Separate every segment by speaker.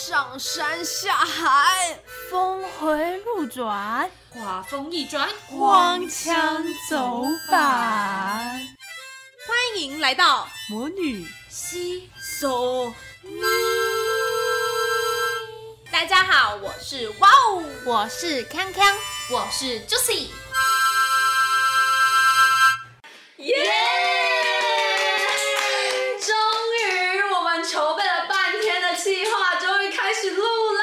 Speaker 1: 山下海，
Speaker 2: 峰回路转，
Speaker 3: 画风一转，
Speaker 2: 荒腔走板。
Speaker 1: 欢迎来到
Speaker 2: 魔女
Speaker 3: 西。
Speaker 1: So
Speaker 3: 咪。大家好，我是哇哦，
Speaker 2: 我是康康，
Speaker 3: 我是 Juicy。耶！终于，我们筹备了半天的计划，终于开始录了，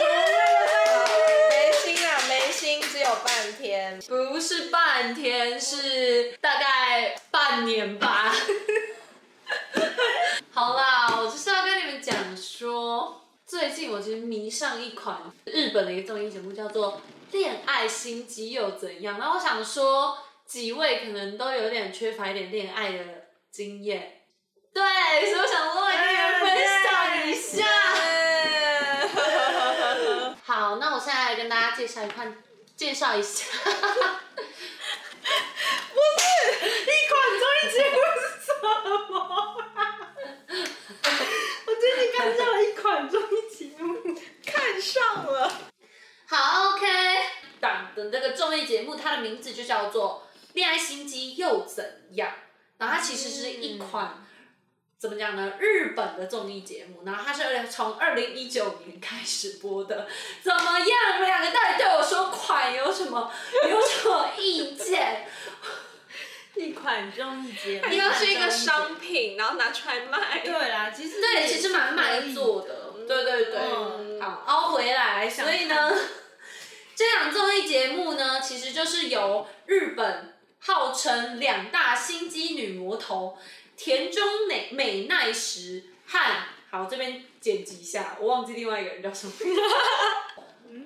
Speaker 3: 耶！
Speaker 4: 啊没心啊，没心，只有半天。
Speaker 3: 不是半天，是大概半年吧。 好啦，我就是要跟你们讲说，最近我其实迷上一款日本的一个综艺节目，叫做《恋爱心机又怎样》。然后我想说，几位可能都有点缺乏一点恋爱的经验，对，所以我想说来跟你们分享一下。
Speaker 4: 啊哎
Speaker 3: 好，那我现在来跟大家介绍一款，介绍一下。
Speaker 4: 一款综艺节目是什么？ 我最近看上了一款综艺节目，看上了。
Speaker 3: 好，OK。党的那个综艺节目，它的名字就叫做《恋爱心机又怎样》，然后它其实是一款、怎么讲呢？日本的综艺节目，然后它是从二零一九年开始播的。怎么样？你们两个到底对我说款有什么有什么意见？
Speaker 2: 一款综艺节目
Speaker 4: 你要是一个商品，然后拿出来卖。
Speaker 2: 对啦，其实
Speaker 3: 对，其实蛮满做的，对对对，
Speaker 4: 嗯
Speaker 3: 好，凹回来。所以呢， 这档综艺节目呢，其实就是由日本号称两大心机女魔头田中美美奈实和，好这边剪辑一下，我忘记另外一个人叫什么。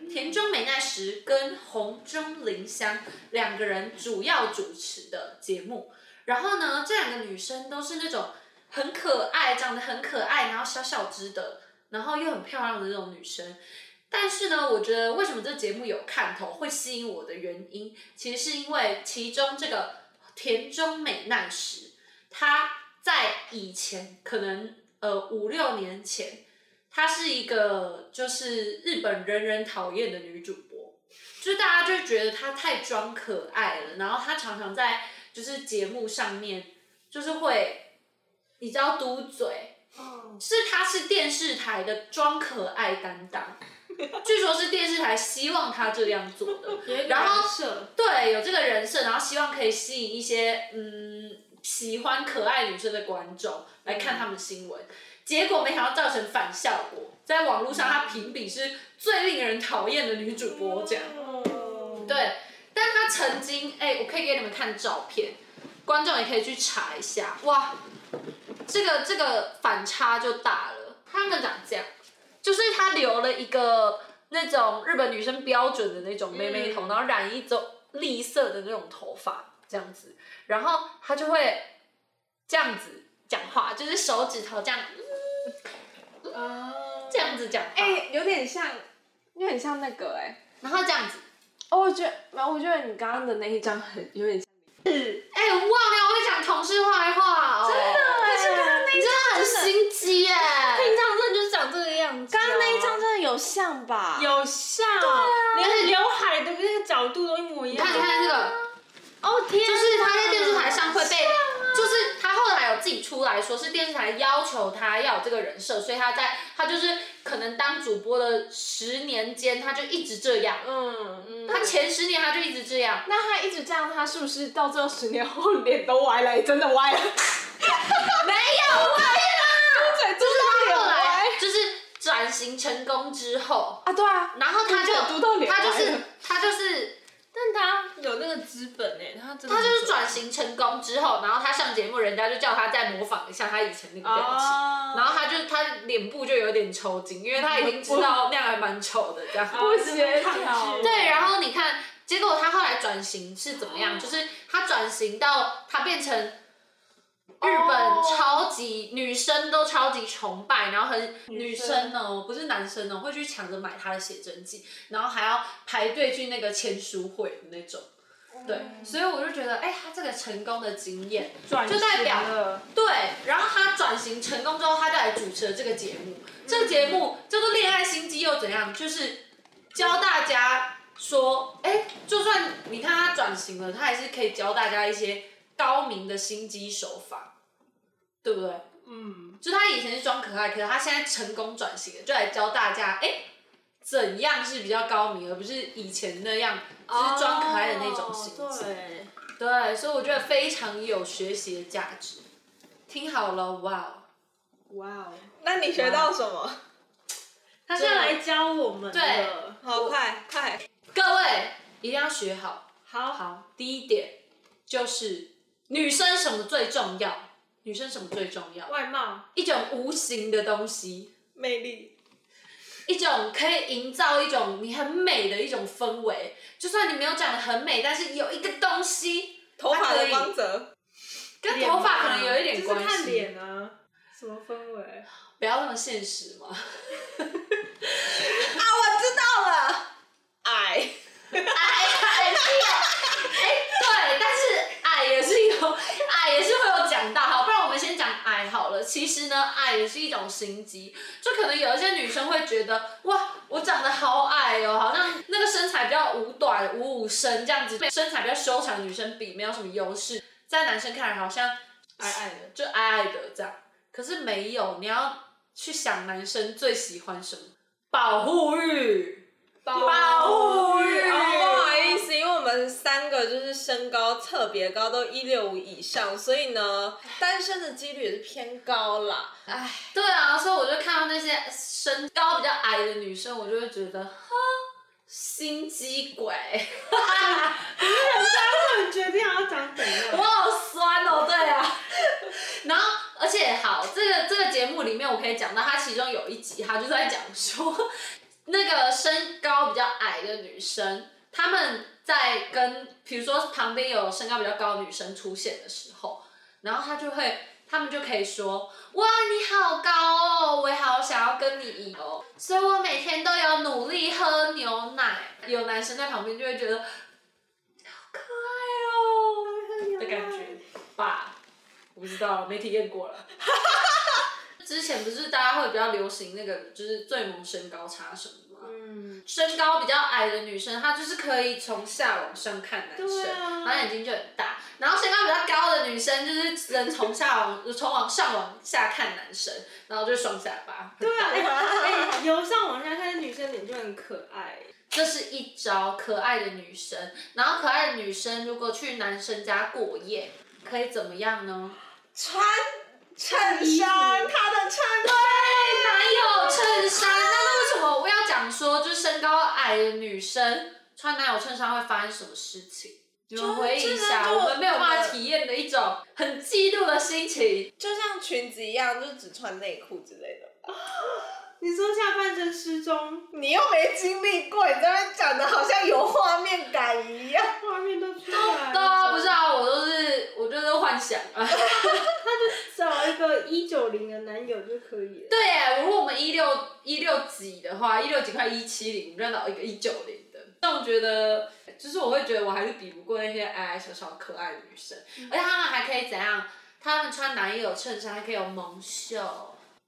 Speaker 3: 田中美奈实跟红中绫香两个人主要主持的节目，然后呢，这两个女生都是那种很可爱，长得很可爱，然后小小只的，然后又很漂亮的那种女生。但是呢，我觉得为什么这节目有看头，会吸引我的原因，其实是因为其中这个田中美奈实，她在以前可能呃五六年前，她是一个就是日本人人讨厌的女主播，就是大家就觉得她太装可爱了，然后她常常在就是节目上面就是会你知道嘟嘴，是她是电视台的装可爱担当，据说是电视台希望她这样做的，然后
Speaker 2: 设
Speaker 3: 对，有这个人设，然后希望可以吸引一些嗯喜欢可爱女生的观众来看他们新闻，结果没想到造成反效果，在网络上她评比是最令人讨厌的女主播这样。对，但她曾经哎、我可以给你们看照片，观众也可以去查一下，哇，这个这个反差就大了。他们长这样，就是她留了一个那种日本女生标准的那种妹妹头，然后染一种栗色的那种头发这样子，然后她就会这样子讲话，就是手指头这样
Speaker 4: 哦
Speaker 3: 这样子讲话，
Speaker 4: 哎，有点像，有点像那个哎。
Speaker 3: 然后这样子，
Speaker 4: 哦，我觉得，我觉得你刚刚的那一张很有点像。
Speaker 3: 哎、我忘了我会讲同事坏话哦，真的，
Speaker 4: 可是刚刚那
Speaker 3: 你真的很心机耶、
Speaker 2: 平常真的就是长这个样子啊、
Speaker 4: 刚刚那一张真的有像吧？
Speaker 2: 有像，连刘海的那个角度都一模
Speaker 3: 啊你
Speaker 2: 一样。
Speaker 3: 看，你看这个，
Speaker 2: 哦天哪，啊
Speaker 3: 就是他在电视台上会被，就是他后来有自己出来说，是电视台要求他要有这个人设，所以他在他就是可能当主播的十年间，他就一直这样。
Speaker 4: 嗯嗯。
Speaker 3: 他前十年他就一直这样，
Speaker 4: 那他一直这样，他是不是到最后十年后脸都歪了？真的歪了，
Speaker 3: 没有歪啦。
Speaker 4: 嘴嘟
Speaker 3: 就是他
Speaker 4: 到
Speaker 3: 后
Speaker 4: 脸歪
Speaker 3: 来就是转型成功之后，
Speaker 4: 啊！对啊，
Speaker 3: 然后他就
Speaker 4: 读到脸
Speaker 3: 他就
Speaker 4: 歪
Speaker 3: 是
Speaker 4: 了
Speaker 3: 他就是
Speaker 2: 但他有那个资本哎，他真的
Speaker 3: 他就是转型成功之后，然后他上节目，人家就叫他再模仿一下他以前那个表情。
Speaker 2: 哦，
Speaker 3: 然后他就他脸部就有点抽筋，因为他已经知道那样还蛮丑的这样。
Speaker 4: 不协调
Speaker 3: 对，然后你看，结果他后来转型是怎么样？就是他转型到他变成日本
Speaker 4: 哦
Speaker 3: 超级、女生都超级崇拜，然后很女生哦，不是男生哦，会去抢着买他的写真集，然后还要排队去那个签书会的那种。对，所以我就觉得，哎、他这个成功的经验，就
Speaker 2: 就
Speaker 3: 代表对，然后他转型成功之后，他就来主持了这个节目。这个节
Speaker 4: 嗯
Speaker 3: 目叫做《恋爱心机》又怎样？就是教大家说，哎，就算你看他转型了，他还是可以教大家一些高明的心机手法，对不对？
Speaker 4: 嗯，
Speaker 3: 就他以前是装可爱，可是他现在成功转型了，就来教大家，哎，怎样是比较高明，而不是以前那样就是装可爱的那种心机。
Speaker 4: 哦对，
Speaker 3: 对，所以我觉得非常有学习的价值。听好了，哇哦！
Speaker 2: 哇哦，
Speaker 4: 那你学到什么？
Speaker 2: 他是要来教我们的。
Speaker 3: 对
Speaker 4: 好快快，
Speaker 3: 各位一定要学好。
Speaker 2: 好，
Speaker 3: 好，第一点就是女生什么最重要？女生什么最重要？
Speaker 2: 外貌，
Speaker 3: 一种无形的东西，
Speaker 4: 魅力，
Speaker 3: 一种可以营造一种你很美的一种氛围。就算你没有长得很美，但是有一个东西
Speaker 4: 头发
Speaker 3: 它可
Speaker 4: 的
Speaker 3: 以
Speaker 4: 光泽，
Speaker 3: 跟
Speaker 2: 脸
Speaker 3: 头发
Speaker 2: 嘛
Speaker 3: 可能有一点关系。
Speaker 2: 就是看脸啊，什么氛围？
Speaker 3: 不要那么现实嘛。
Speaker 4: 啊，我知道了，矮，
Speaker 3: 矮屁啊！哎，对，但是矮也是有，矮也是会有讲到，好，不然我们先讲矮好了。其实呢，矮也是一种心机，就可能有一些女生会觉得，哇，我长得好矮哦，好像那个身材比较五短五五身这样子，身材比较修长的女生比没有什么优势，在男生看来好像哎
Speaker 2: 矮矮的，
Speaker 3: 就矮矮的这样，可是没有，你要去想男生最喜欢什么，保护欲。保护欲
Speaker 4: 哦，不好意思，因为我们三个就是身高特别高，都一六五以上，所以呢，单身的几率也是偏高啦。唉，
Speaker 3: 对啊，所以我就看到那些身高比较矮的女生，我就会觉得，哈，心机鬼，
Speaker 2: 他们决定要长怎
Speaker 3: 我
Speaker 2: 样？
Speaker 3: 好酸哦，对啊。 然后，而且好，这个这个节目里面，我可以讲到，它其中有一集，它就在讲说，那个身高比较矮的女生，她们在跟比如说旁边有身高比较高的女生出现的时候，然后她就会，她们就可以说，哇，你好高哦，我也好想要跟你一哦，所以我每天都有努力喝牛奶。有男生在旁边就会觉得，好可爱哦的感觉吧，我不知道，没体验过了。 之前不是大家会比较流行那个，就是最萌身高差什么吗？
Speaker 2: 嗯，
Speaker 3: 身高比较矮的女生，她就是可以从下往上看男生，
Speaker 2: 对啊
Speaker 3: 然后眼睛就很大；然后身高比较高的女生，就是能从下往 从往上往下看男生，然后就是双下巴。
Speaker 2: 对啊，哎、哎由上往下看，女生脸就很可爱。
Speaker 3: 这是一招可爱的女生，然后可爱的女生如果去男生家过夜，可以怎么样呢？
Speaker 4: 穿衬衫，他的衬衫，
Speaker 3: 哪有衬衫？那为什么我要讲说，就是身高矮的女生穿哪有衬衫会发生什么事情？你们回忆一
Speaker 4: 就
Speaker 3: 下，
Speaker 4: 就
Speaker 3: 我们没有办法体验的一种很嫉妒的心情。
Speaker 4: 就像裙子一样，就只穿内裤之类的。
Speaker 2: 你说下半身失踪，
Speaker 4: 你又没经历过，你在那边讲的好像有画面感一样。
Speaker 2: 画面都出来了。
Speaker 3: 对啊，不是啊，我都是我就是幻想啊。
Speaker 2: 找一个一九零的男友就可以了。
Speaker 3: 对耶，如果我们一六一六几的话，一六几快一七零，我们就找一个一九零的。但我觉得，就是我会觉得我还是比不过那些矮矮小小可爱的女生，而且她们还可以怎样？她们穿男友衬衫还可以有蒙袖。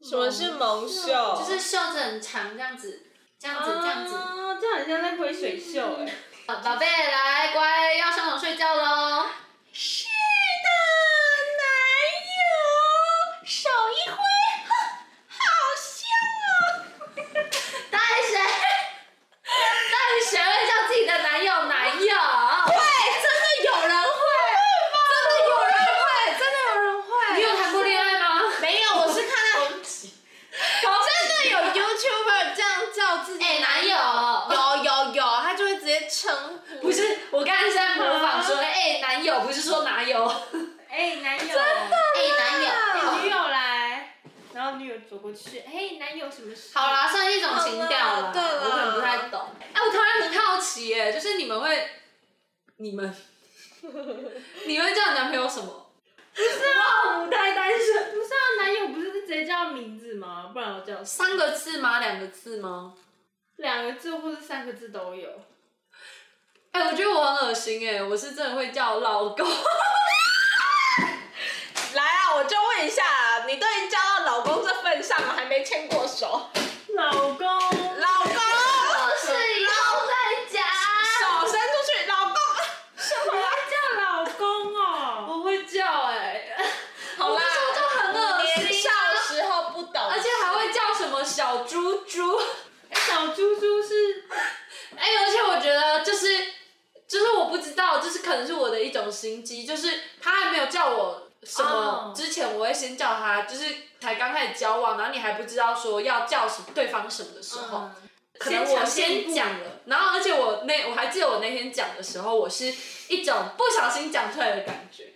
Speaker 4: 什么是蒙袖？
Speaker 3: 就是袖子很长，这样子，这样子，这样子。
Speaker 2: 啊，这很像在挥水袖 哎、
Speaker 3: 啊宝贝，来，乖，要上床睡觉喽。
Speaker 4: 是的，男友，手一挥，好香哦！
Speaker 3: 到底谁？到底谁会叫自己的男友男友？
Speaker 4: 会，真的有人会，真的有人会，真的有人会。
Speaker 3: 你有谈过恋爱吗？哦
Speaker 4: 没有？我是看到真的有 YouTuber 这样叫自己
Speaker 3: 哎，男友。
Speaker 4: 有有有，他就会直接称呼。
Speaker 3: 不是，我刚才是在模仿说，哎、男友不是说哪有？
Speaker 2: 哎、男友，真的，
Speaker 3: 哎、男
Speaker 2: 哎女
Speaker 3: 友。
Speaker 2: 友来，然后女友走过去，嘿，男友什么事？
Speaker 3: 好，啦，算是一种情调啦，
Speaker 4: 好啦对啦
Speaker 3: 我可能不太懂。哎、我突然很好奇、哎，就是你们会，你们， 你会叫你男朋友什么？
Speaker 2: 哇，母胎哦单身，不是啊，男友不是直接叫名字吗？不然我叫 什么
Speaker 3: 三个字吗？两个字吗？
Speaker 2: 两个字或者三个字都有。
Speaker 3: 哎、我觉得我很恶心哎、我是真的会叫老公。
Speaker 4: 啊来啊，我就问一下啊，你都已经交到老公这份上了，还没牵过手，
Speaker 2: 老公，
Speaker 4: 老公，
Speaker 2: 是以后再讲，
Speaker 4: 手伸出去，老公，什么啊？
Speaker 2: 叫老公哦。
Speaker 3: 我会叫哎、
Speaker 4: 好啦，
Speaker 3: 我就很恶心啊
Speaker 4: 年少时候不懂，
Speaker 3: 而且还会叫什么小猪猪。
Speaker 2: 哎小猪猪是
Speaker 3: 哎、而且我觉得就是就是我不知道，就是可能是我的一种心机，就是他还没有叫我什么
Speaker 2: 哦
Speaker 3: 之前，我会先叫他，就是才刚开始交往，然后你还不知道说要叫什么对方什么的时
Speaker 2: 嗯
Speaker 3: 候。可能我先讲了，然后而且我那我还记得我那天讲的时候，我是一种不小心讲出来的感觉，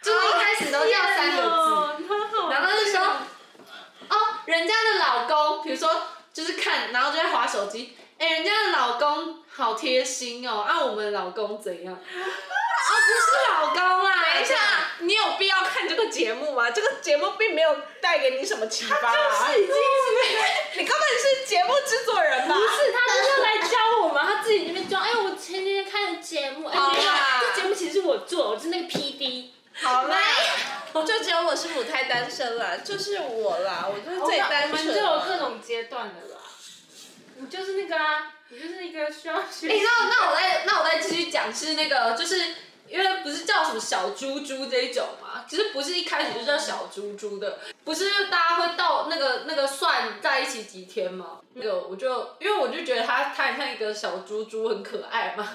Speaker 3: 就是一开始都叫三个字，
Speaker 2: 哦，很好
Speaker 3: 然后就说，哦，人家的老公，比如说就是看，然后就在划手机，哎、人家的老公好贴心哦，啊，我们的老公怎样？啊，不是老公啊哎啦，
Speaker 4: 等一下，你有必要看这个节目吗？这个节目并没有带给你什么启发、啊，
Speaker 2: 是已经
Speaker 4: 你根本是节目制作人吧？
Speaker 2: 不是，他就是来教我们，他自己那边装。哎，我前几天看的节目，哎，
Speaker 4: 好啦
Speaker 2: 没有，这节目其实我做，我是那个 PD。
Speaker 4: 好啦，就只有我是母胎单身啦，就是我啦，哦我就是最单
Speaker 2: 我们
Speaker 4: 纯
Speaker 2: 就
Speaker 4: 啦。
Speaker 2: 有各种阶段的啦。你就是那个啊，你就是一个需要学
Speaker 3: 哎、
Speaker 2: 习。
Speaker 3: 那那我再那我再继续讲，是那个就是因为不是叫什么小猪猪这一种嘛，其实不是一开始就叫小猪猪的，不是大家会到那个那个算在一起几天嘛？那个我就因为我就觉得他他很像一个小猪猪，很可爱嘛，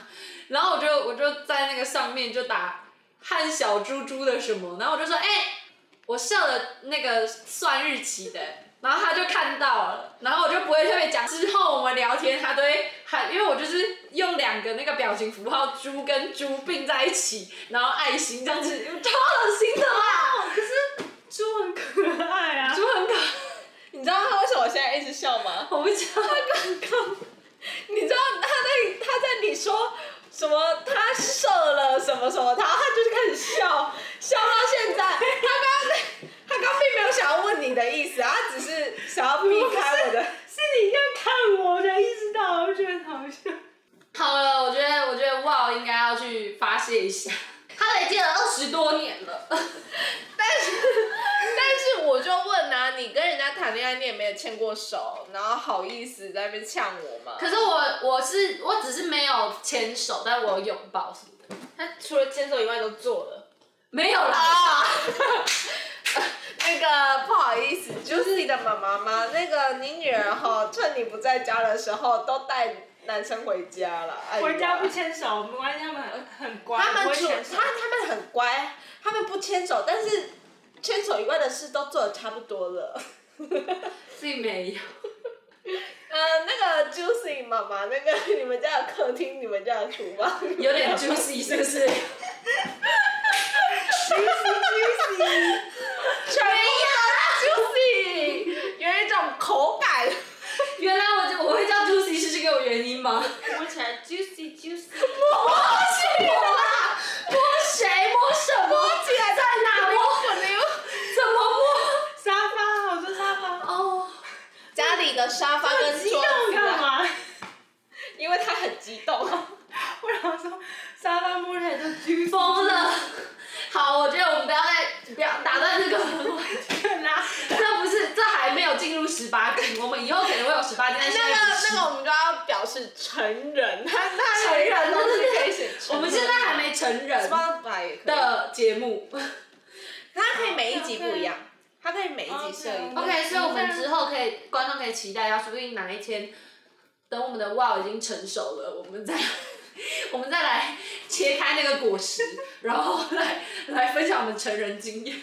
Speaker 3: 然后我就我就在那个上面就打和小猪猪的什么，然后我就说哎、我设了那个算日期的，然后他就看到了，然后我就不会特别讲。之后我们聊天，他都会喊，因为我就是用两个那个表情符号猪跟猪并在一起，然后爱心这样子，超恶心的啦！
Speaker 2: 猪很可爱啊，
Speaker 3: 猪很可，
Speaker 4: 你知道他为什么我现在一直笑吗？
Speaker 3: 我不知道刚刚
Speaker 4: 你知道他在他在你说什么他射了什么什么，然后他就是开始笑，笑到现在。他刚刚他刚并没有想要问你的意思，他只是想要避开我的。
Speaker 2: 是你要看我，我才意识到，我就觉得好笑。
Speaker 3: 好了，我觉得我觉得哇，哦应该要去发泄一下。他累积了二十多年了，
Speaker 4: 但是但是我就问啊，你跟人家谈恋爱，你也没有牵过手，然后好意思在那边呛我吗？
Speaker 3: 可是我我是我只是没有牵手，但我有拥抱什么的，
Speaker 2: 他除了牵手以外都做了。
Speaker 3: 没有啦。
Speaker 4: 啊， 那个不好意思，就是你的妈妈吗？那个你女儿哈，趁你不在家的时候，都带男生回家了。哎呀
Speaker 2: 回家不牵手没关系，他们很很乖，
Speaker 4: 他
Speaker 2: 不
Speaker 4: 们
Speaker 2: 会
Speaker 4: 主
Speaker 2: 牵手
Speaker 4: 他。他们很乖，他们不牵手，但是牵手以外的事都做的差不多了。
Speaker 3: 并没有。
Speaker 4: 呃，那个 Juicy 妈妈，那个你们家的客厅，你们家的厨房，
Speaker 3: 有点 juicy 是不是？
Speaker 4: 全部都是 Juicy，有一种口感。
Speaker 3: 原来我就我会叫 juicy 是这个原因吗？
Speaker 2: 摸起来 juicy juicy，
Speaker 3: 是
Speaker 4: 哦
Speaker 3: 我啦，摸谁摸什么？
Speaker 4: 起来
Speaker 3: 在哪摸？怎么
Speaker 2: 沙发，我说沙发。
Speaker 3: 摸？哦，
Speaker 4: 家里的沙发跟
Speaker 2: 激
Speaker 4: 桌
Speaker 2: 动
Speaker 4: 子
Speaker 2: 干
Speaker 4: 啊，
Speaker 2: 嘛？
Speaker 4: 因为他很激动。
Speaker 2: 我想说沙发摸起来就 juicy，
Speaker 3: 疯了！ 好，我觉得我们不要再不要打断这个，
Speaker 2: 啦。
Speaker 3: 这不是这还没有进入十八禁，我们以后可能会有十八禁，但
Speaker 4: 那
Speaker 3: 现在不
Speaker 4: 个
Speaker 3: 是
Speaker 4: 那个，我们就要表示成人，他 他
Speaker 3: 成人
Speaker 4: 都是
Speaker 3: 对对对
Speaker 4: 可以写成人。
Speaker 3: 我们现在还没成人
Speaker 4: Spotify 也可以，
Speaker 3: 的节目。
Speaker 4: 它可以每一集不一样，它可以每一集设一个。
Speaker 3: OK，所以我们之后可以，观众可以期待一下，说不定哪一天，等我们的 Wow 已经成熟了，我们再 我们再来切开那个果实，然后来来分享我们成人经验。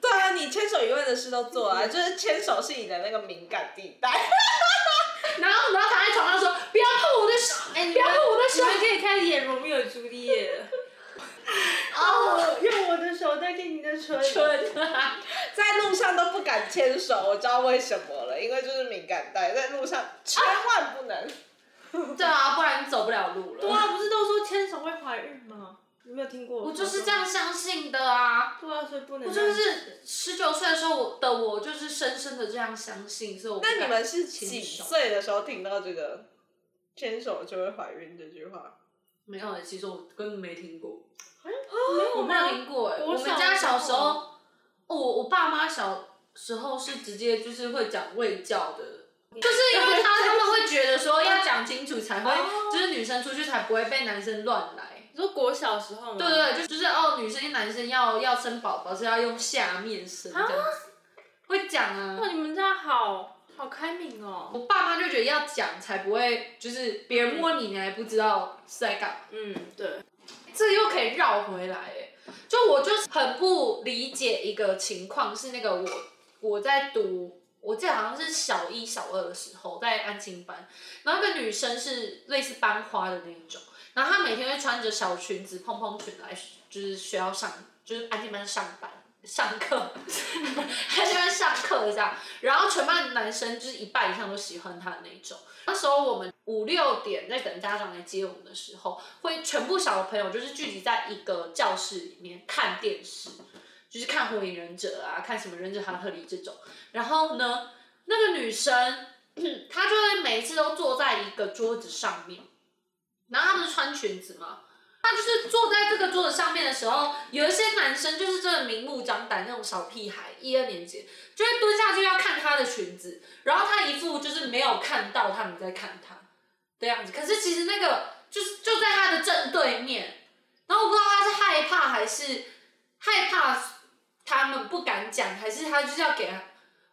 Speaker 4: 对啊，你牵手以外的事都做啊，就是牵手是你的那个敏感地带。
Speaker 3: 然后然后躺在床上说：“不要碰我的手，
Speaker 2: 哎，你
Speaker 3: 不要碰我的手。
Speaker 2: 们可以开始演罗密欧与朱丽叶了。哦， 用我的手带给你的唇。
Speaker 4: 在路上都不敢牵手，我知道为什么了，因为就是敏感带，在路上千万不能。
Speaker 3: 对啊，不然走不了路
Speaker 2: 对
Speaker 3: 了。
Speaker 2: 啊，不是都说牵手会怀孕吗？有没有听过？
Speaker 3: 我就是这。样相信的啊。
Speaker 2: 对啊，所以不能。
Speaker 3: 我就是十九岁的时候，我的我就是深深的这样相信，所以我不
Speaker 4: 那你
Speaker 3: 敢
Speaker 4: 们是
Speaker 3: 牵
Speaker 4: 几
Speaker 3: 手
Speaker 4: 岁的时候听到这个？牵手就会怀孕这句话。
Speaker 3: 没有，其实我根本没听过，
Speaker 2: 没有啊
Speaker 3: 我没有
Speaker 2: 吗？
Speaker 3: 听过哎。
Speaker 2: 我
Speaker 3: 我
Speaker 2: 小
Speaker 3: 们
Speaker 2: 时候
Speaker 3: 家小时候，哦，我我爸妈小时候是直接就是会讲卫教的。就是因为他他们会觉得说要讲清楚才会，就是女生出去才不会被男生乱来。
Speaker 2: 你说国小时候吗？
Speaker 3: 对对对，就就是哦，女生跟男生要要生宝宝是要用下面生这样子，会讲啊。
Speaker 2: 哇，你们家好好开明哦。
Speaker 3: 我爸妈就觉得要讲才不会，就是别人摸你，你还不知道是在干嘛。
Speaker 2: 嗯，对，
Speaker 3: 这又可以绕回来，哎，就我就是很不理解一个情况，是那个我我在读，我记得好像是小一小二的时候，在安亲班，然后一个女生是类似班花的那一种，然后她每天会穿着小裙子、蓬蓬裙来，就是学校上，就是安亲班上班。上课， 安亲班上课这样，然后全班的男生就是一半以上都喜欢她的那一种。那时候我们五六点在等家长来接我们的时候，会全部小朋友就是聚集在一个教室里面看电视，就是看火影忍者啊，看什么忍者哈特利这种。然后呢，那个女生嗯她就会每次都坐在一个桌子上面，然后她不是穿裙子吗？她就是坐在这个桌子上面的时候，有一些男生就是真的明目张胆那种小屁孩，一二年级就会蹲下去要看她的裙子，然后他一副就是没有看到他们在看他的样子，可是其实那个就是就在他的正对面，然后我不知道他是害怕还是害怕他们不敢讲，还是他就是要给他，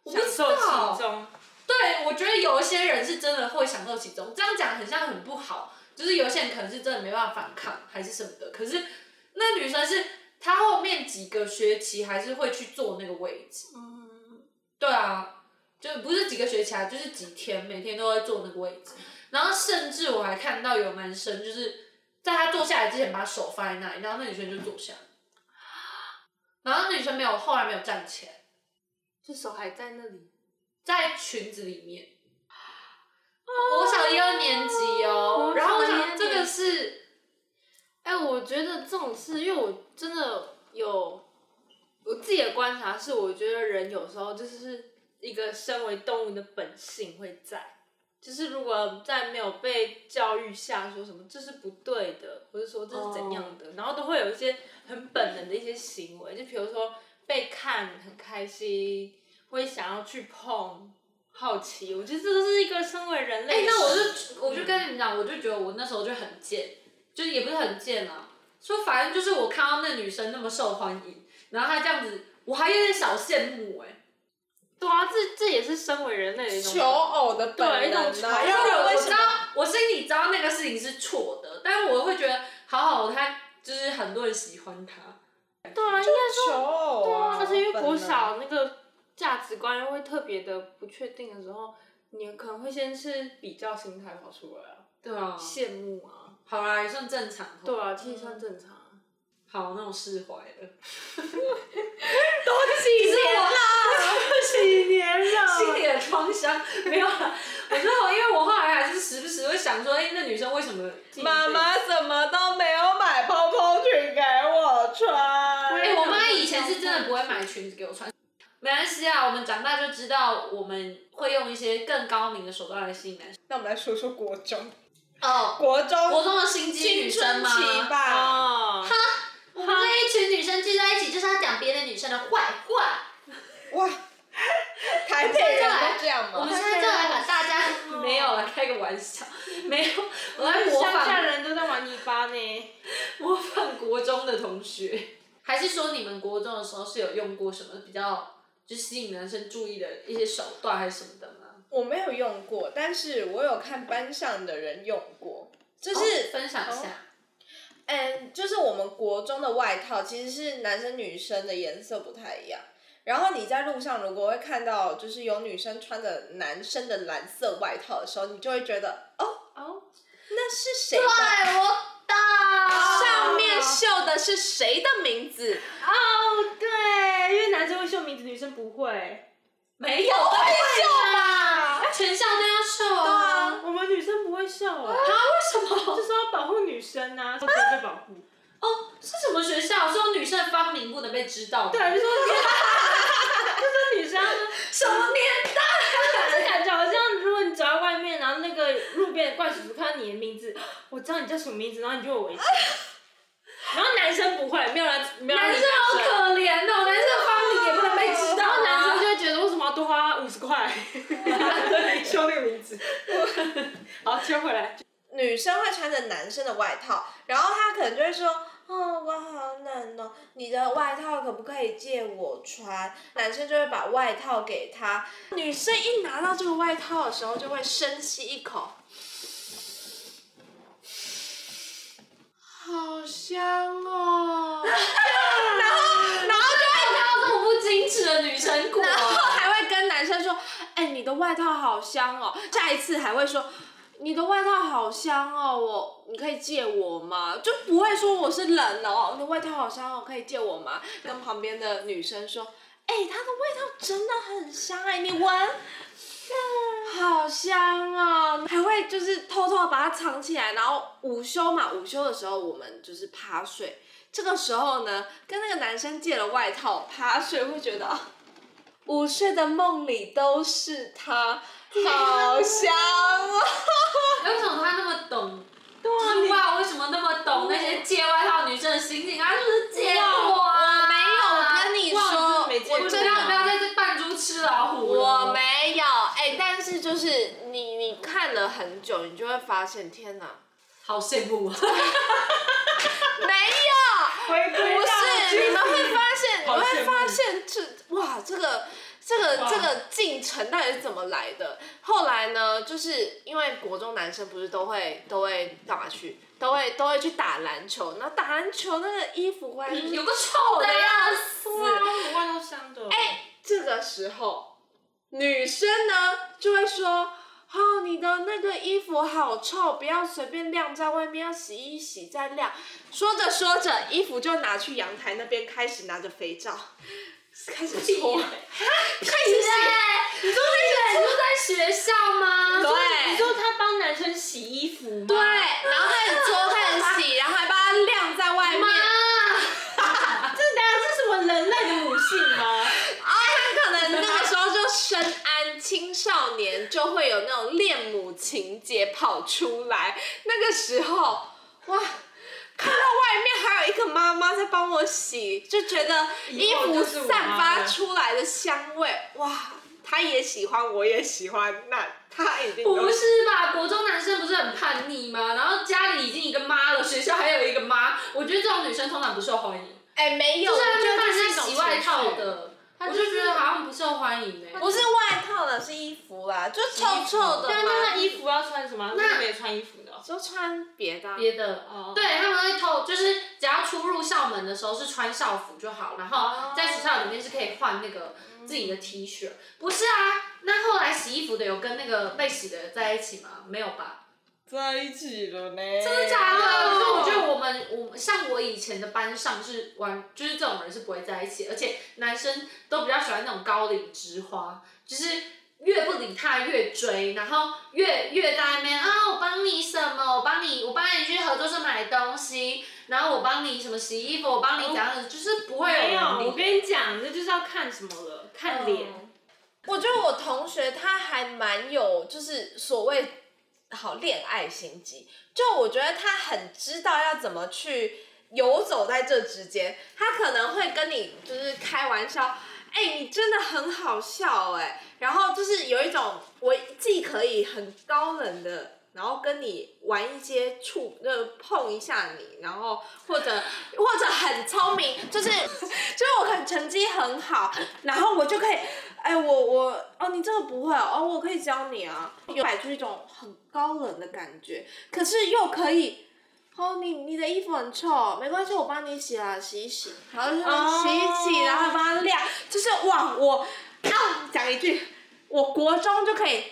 Speaker 3: 我不
Speaker 2: 享
Speaker 3: 知
Speaker 2: 受
Speaker 3: 道
Speaker 2: 其。中。
Speaker 3: 对，我觉得有一些人是真的会享受其中，这样讲很像很不好，就是有些人可能是真的没办法反抗还是什么的，可是那女生是她后面几个学期还是会去坐那个位置。
Speaker 1: 嗯，
Speaker 3: 对啊，就不是几个学期啊，就是几天，每天都在坐那个位置。然后甚至我还看到有男生就是在他坐下来之前把手放在那里，然后那女生就坐下了，然后那女生没有后来没有站起来，
Speaker 2: 就手还在那里。
Speaker 3: 在裙子里面。我小一二年级哦
Speaker 2: 国，小
Speaker 3: 然后我
Speaker 2: 一二
Speaker 3: 想
Speaker 2: 年
Speaker 3: 这个是
Speaker 2: 哎、我觉得这种事，因为我真的有我自己的观察是，我觉得人有时候就是一个身为动物的本性会在，就是如果在没有被教育下说什么这是不对的，或者说这是怎样的然后都会有一些很本能的一些行为，就比如说被看很开心，会想要去碰。好奇，我觉得这都是一个身为人类。
Speaker 3: 哎、那我就我就跟你们讲，我就觉得我那时候就很贱，就是也不是很贱啦，说反正就是我看到那女生那么受欢迎，然后她这样子，我还有点小羡慕哎、
Speaker 2: 对啊，这这也是身为人类的一种
Speaker 4: 求偶的本
Speaker 2: 对一种
Speaker 4: 能
Speaker 2: 求
Speaker 4: 呐，
Speaker 2: 偶
Speaker 4: 要不然
Speaker 3: 我
Speaker 4: 为
Speaker 3: 知
Speaker 4: 什
Speaker 3: 道
Speaker 4: 么？，
Speaker 3: 我心里知道那个事情是错的，但是我会觉得好好，她就是很多人喜欢她，
Speaker 2: 对啊，应该
Speaker 4: 求
Speaker 2: 说
Speaker 4: 偶啊，
Speaker 2: 而且因为
Speaker 4: 本
Speaker 2: 国
Speaker 4: 能
Speaker 2: 小那个价值观会特别的不确定的时候，你可能会先是比较心态跑出来啊，
Speaker 3: 对啊，
Speaker 2: 羡慕啊，
Speaker 3: 好啦，也算正常哦。
Speaker 2: 对啊，其实算正常啊。
Speaker 3: 好，那我释怀了。
Speaker 4: 都几年了，几年
Speaker 3: 心
Speaker 4: 了，
Speaker 3: 里的创伤没有啦，我知道，因为我后来还是时不时会想说，哎、那女生为什么？
Speaker 4: 妈妈怎么都没有买蓬蓬裙给我穿？
Speaker 3: 哎、我妈以前是真的不会买裙子给我穿。没关系啊，我们长大就知道我们会用一些更高明的手段来吸引男生。
Speaker 4: 那我们来说说国中，
Speaker 3: 哦，
Speaker 4: 国中
Speaker 3: 国中的心机
Speaker 4: 青
Speaker 3: 女生
Speaker 4: 春
Speaker 3: 吗？
Speaker 4: 期吧，
Speaker 2: 啊，
Speaker 3: 我们这一群女生聚在一起，就是要讲别的女生的坏话。
Speaker 4: 哇，台北人都这样
Speaker 3: 我
Speaker 4: 吗
Speaker 3: 们？现在就来把大家没有了，开个玩笑，没有，我来模
Speaker 2: 乡下
Speaker 3: 仿
Speaker 2: 人都在玩泥巴呢。
Speaker 3: 模仿国中的同学， 还是说你们国中的时候是有用过什么比较就是吸引男生注意的一些手段还是什么的吗？
Speaker 4: 我没有用过，但是我有看班上的人用过，就
Speaker 3: 就是哦分享一下。
Speaker 4: 嗯，就是我们国中的外套其实是男生女生的颜色不太一样。然后你在路上如果会看到，就是有女生穿着男生的蓝色外套的时候，你就会觉得哦，
Speaker 2: 哦，
Speaker 4: 那是谁的？
Speaker 3: 怪哎我到
Speaker 4: 上
Speaker 3: 啊
Speaker 4: 面绣的是谁的名字？
Speaker 2: 哦，对，因为男生会秀名字，女生不会。
Speaker 3: 没有都会秀吧？全校都要秀啊！
Speaker 2: 我们女生不会秀
Speaker 3: 啊，
Speaker 2: 啊，
Speaker 3: 为什
Speaker 2: 就
Speaker 3: 么？
Speaker 2: 是要保护女生啊，不能被保护。
Speaker 3: 哦，是什么学校？说女生的芳名不能被知道。
Speaker 2: 对，，就说 你，就说女生要啊
Speaker 3: 什么年代？
Speaker 2: 就感觉好像如果你走在外面，然后那个路边边的怪叔叔看到你的名字，我知道你叫什么名字，然后你就 有危险。然后男生不会，没有人，没有人
Speaker 3: 男生好可怜哦，男生帮你也不能被知道
Speaker 2: 然后
Speaker 3: 啊。
Speaker 2: 男生就会觉得为什么要多花五十块，修那个名字。 好，切回来。
Speaker 4: 女生会穿着男生的外套，然后他可能就会说：“哦，我好冷哦，你的外套可不可以借我穿？”男生就会把外套给他，女生一拿到这个外套的时候，就会深吸一口，好香哦，然后
Speaker 3: 看到这么不矜持的女生果，
Speaker 4: 然后还会跟男生说：“哎、你的外套好香哦。”下一次还会说：“你的外套好香哦，我你可以借我吗？”就不会说我是冷哦，你的外套好香哦，可以借我吗？跟旁边的女生说：“哎、它的味道真的很香哎、你闻。”好香哦，还会就是偷偷地把它藏起来，然后午休嘛，午休的时候我们就是趴睡，这个时候呢，跟那个男生借了外套趴睡，会觉得啊午睡的梦里都是他，好香 哦！
Speaker 3: 为什么他那么懂？猪爸为什么那么懂那些借外套女生的心情？他就是借我啊！
Speaker 4: 没有，我跟你说，
Speaker 2: 哇你是没见过
Speaker 4: 我
Speaker 3: 不
Speaker 4: 真
Speaker 3: 要不
Speaker 4: 的
Speaker 3: 要在这扮猪吃老虎了
Speaker 4: 我没有，哎、但是就是你你看了很久，你就会发现，天哪，
Speaker 3: 好羡慕啊！
Speaker 4: 没有，
Speaker 2: 回归
Speaker 4: 不是，你们会发现，你
Speaker 2: 好羡慕
Speaker 4: 会发现这哇，这个这个这个进程到底是怎么来的？后来呢，就是因为国中男生不是都会都会干嘛去，都会都会去打篮球，然后打篮球那个衣服回来就是
Speaker 3: 有个臭的要死！
Speaker 2: 我外套香的。哎，
Speaker 4: 这个时候，女生呢就会说：“哦，你的那个衣服好臭，不要随便晾在外面，要洗一洗再晾。”说着说着，衣服就拿去阳台那边，开始拿着肥皂，开始搓，开始洗。
Speaker 3: 你说那个你是在学校吗？
Speaker 4: 对
Speaker 2: 你说他帮男生洗衣服吗？
Speaker 4: 对，然后开始搓，开始洗，然后还把它晾在外面。
Speaker 2: 这当然是什么人类的母性吗？
Speaker 4: 啊，他可能那个时候就深谙青少年就会有那种恋母情节跑出来。那个时候，哇，看到外面还有一个妈妈在帮我洗，就觉得衣
Speaker 2: 以后
Speaker 4: 服
Speaker 2: 就是我
Speaker 4: 散
Speaker 2: 妈
Speaker 4: 发
Speaker 2: 了
Speaker 4: 出来的香味，哇，他也喜欢，我也喜欢，那他一定都
Speaker 3: 不是吧？国中男生不是很叛逆吗？然后家里已经一个妈了，学校还有一个妈，我觉得这种女生通常不受欢迎。
Speaker 4: 哎、没有，
Speaker 3: 就
Speaker 4: 我
Speaker 3: 是
Speaker 4: 觉得
Speaker 3: 他帮
Speaker 4: 这
Speaker 3: 人
Speaker 4: 是一
Speaker 3: 家
Speaker 4: 种
Speaker 3: 洗外套
Speaker 4: 情绪。
Speaker 3: 的，我就觉得好像不受欢迎哎。
Speaker 4: 不是外套了，是衣服啦，就臭臭的
Speaker 2: 对啊，那
Speaker 4: 嘛，
Speaker 2: 他衣服要穿什么？那没穿衣服的哦。
Speaker 4: 就穿别的啊、
Speaker 3: 别的
Speaker 2: 哦
Speaker 3: 对他们会偷，就是只要出入校门的时候是穿校服就好，然后在学校里面是可以换那个自己的 T 恤。不是啊，那后来洗衣服的有跟那个被洗的在一起吗？没有吧？
Speaker 4: 在一起了呢？
Speaker 3: 真
Speaker 4: 真
Speaker 3: 的假的？所以我觉
Speaker 2: 哦
Speaker 3: 得我们我像我以前的班上是玩，就是这种人是不会在一起，而且男生都比较喜欢那种高领直花，就是越不理他越追，然后越越在那边啊，我帮你什么？我帮你，我帮你去合作社买东西，然后我帮你什么洗衣服，我帮你怎样，就是不会
Speaker 2: 没有，嗯
Speaker 3: 人理。
Speaker 2: 我跟你讲，那就是要看什么了，看脸。
Speaker 4: 我觉得我同学他还蛮有，就是所谓好恋爱心机，就我觉得他很知道要怎么去游走在这之间，他可能会跟你就是开玩笑。哎、你真的很好笑哎、然后就是有一种我既可以很高冷的，然后跟你玩一些触，呃，碰一下你，然后或者 或者很聪明，就是 就是我可能成绩很好，然后我就可以，哎、我我哦，你这个不会哦，哦我可以教你啊，有摆出一种很高冷的感觉，可是又可以。哦，你你的衣服很臭，没关系，我帮你洗啊，洗一洗，然后就是洗一洗
Speaker 2: 哦
Speaker 4: 然后帮它晾，就是哇，我啊讲一句，我国中就可以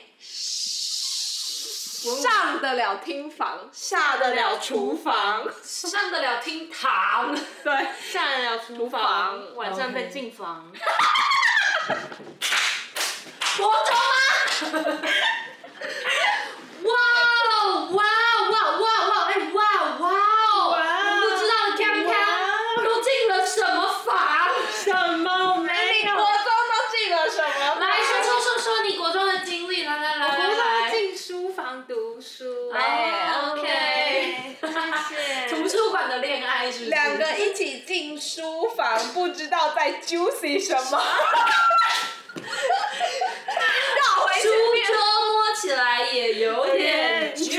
Speaker 4: 上得了厅房，下得了厨房，
Speaker 3: 上得了厅 堂，
Speaker 4: 对，
Speaker 2: 下得了厨
Speaker 4: 房
Speaker 2: 房，晚上被
Speaker 3: OK
Speaker 2: 进房。
Speaker 3: 国中吗？哇哦哇哦哇哦哇哦哇哦哎哇哦哇哦！
Speaker 2: 哇哦
Speaker 3: 我不知道刚刚都进了什么房？
Speaker 2: 什么没有？
Speaker 4: 中都进了什么
Speaker 3: 来说说说说你国中的经历，来来来哎
Speaker 2: 我
Speaker 3: 来
Speaker 2: 都
Speaker 3: 来。
Speaker 2: 进书房读书。哦
Speaker 3: 的恋爱是不是
Speaker 4: 哎两个哎一起进书房，不知道在 juicy 什 么。绕回
Speaker 3: 书
Speaker 4: 去
Speaker 3: 桌摸起来也有点 juicy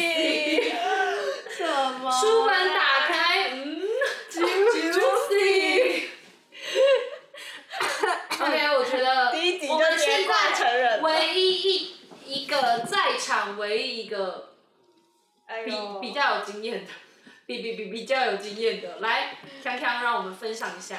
Speaker 4: juicy，
Speaker 1: 什么？
Speaker 3: 书本打开，嗯 ，juicy。OK，我觉得
Speaker 4: 第一集
Speaker 3: 我
Speaker 4: 就
Speaker 3: 们
Speaker 4: 直接
Speaker 3: 现
Speaker 4: 挂成
Speaker 3: 在
Speaker 4: 人了。
Speaker 3: 唯一一一个在场唯一一个
Speaker 4: 哎
Speaker 3: 比
Speaker 4: 呦
Speaker 3: 比较有经验的， 比比比比较有经验的，来，康康，让我们分享一下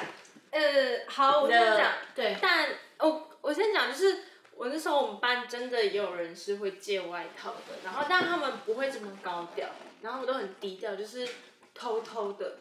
Speaker 2: 呃，好，我
Speaker 3: 你
Speaker 2: 跟你讲
Speaker 3: 的，对，
Speaker 2: 但我我先讲，就是我那时候我们班真的也有人是会借外套的，然后但他们不会这么高调，然后他们都很低调，就是偷偷的，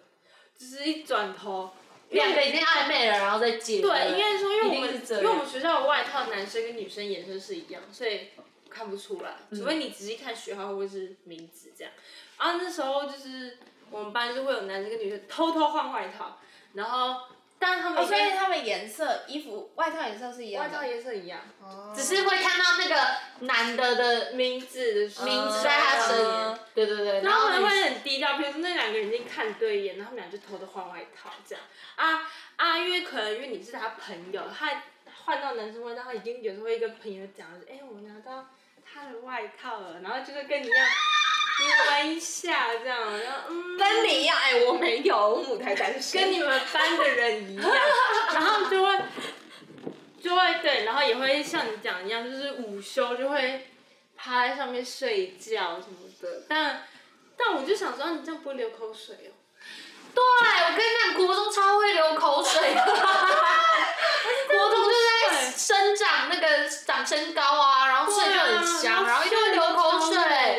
Speaker 2: 就是一转头，
Speaker 3: 两个已经暧昧了，然后再借，
Speaker 2: 对，应该说，因为我
Speaker 3: 一定
Speaker 2: 们
Speaker 3: 是这样
Speaker 2: 因为我们学校的外套，男生跟女生颜色是一样，所以看不出来，除非你仔细看学号或是名字这样。然后那时候就是我们班就会有男生跟女生偷偷换外套，然后但他们
Speaker 1: 哦，
Speaker 2: 已
Speaker 1: 所
Speaker 2: 经
Speaker 1: 以他们颜色、衣服、外套颜色是一
Speaker 2: 外
Speaker 1: 样的。
Speaker 2: 套颜色一样，
Speaker 1: 套
Speaker 3: 只是会看到那个男的的
Speaker 2: 名字的
Speaker 3: 名字
Speaker 1: 嗯
Speaker 3: 在他身
Speaker 1: 嗯
Speaker 3: 边，对对对，
Speaker 2: 然后他们
Speaker 3: 女
Speaker 2: 会很低调，比如说那两个人已经看对眼，然后他们俩就偷偷换外套这样啊啊，因为可能因为你是他朋友，他换到男生外套，他已经有时候会跟朋友讲，哎、我拿到他的外套了，然后就是跟你一样，你玩一下这样，然后嗯，
Speaker 4: 跟你一样，哎，我没有，我母胎单身。
Speaker 2: 跟你们班的人一样，然后就会就会对，然后也会像你讲一样，就是午休就会趴在上面睡觉什么的。但但我就想说，啊你这样不会流口水哦？
Speaker 3: 对，我跟你讲，国中超会流口 水的，国中就是在生长那个长身高啊，然后睡就很香，然后一定会流口水。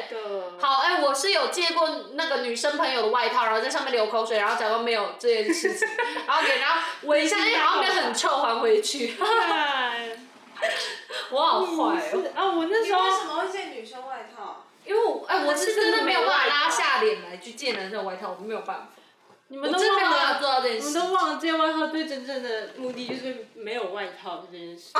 Speaker 2: 的。
Speaker 3: 好，哎、我是有借过那个女生朋友的外套，然后在上面流口水，然后假装没有这件事情，然后给人家闻一下，哎然后变很臭还回去，
Speaker 2: 对，
Speaker 3: 我好坏哦。
Speaker 2: 啊，我那时候
Speaker 1: 么会借女生外套？
Speaker 3: 因为我哎、我是真的没有办法拉下脸来去借男生的外套，我没有办法，
Speaker 2: 你
Speaker 3: 我
Speaker 2: 们都
Speaker 3: 真的没有
Speaker 2: 忘
Speaker 3: 办法
Speaker 2: 了，
Speaker 3: 做到这件
Speaker 2: 你们
Speaker 3: 事。
Speaker 2: 都忘了这件外套最真正的目的就是没有外套这件事。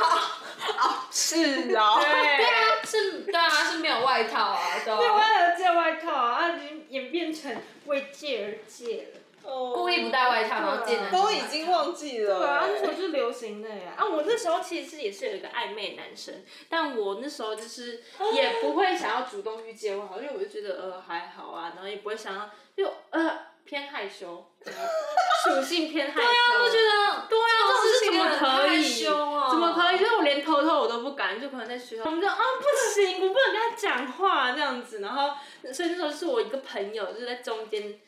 Speaker 4: 是哦。
Speaker 3: 啊对啊，是，对啊，是没有外套啊，对啊。
Speaker 2: 为了借外套啊，已经演变成为借而借了。啊
Speaker 4: 故
Speaker 3: 故意不戴外套，然后借男 生
Speaker 4: 都已经忘记了。
Speaker 2: 对啊，那时候就流行那样啊。我那时候其实也是有一个暧昧男生，但我那时候就是也不会想要主动去接吻，因为我就觉得呃还好啊，然后也不会想要就呃偏害羞，属性偏害羞。对啊，我觉得对啊，
Speaker 3: 种事
Speaker 2: 我是
Speaker 3: 情
Speaker 2: 怎么可
Speaker 3: 很害
Speaker 2: 以？
Speaker 3: 羞啊
Speaker 2: 怎么可以？就是我连偷偷我都不敢，就可能在学校，我们就啊不行，我不能跟他讲话这样子。然后所以那时候是我一个朋友，就是在中间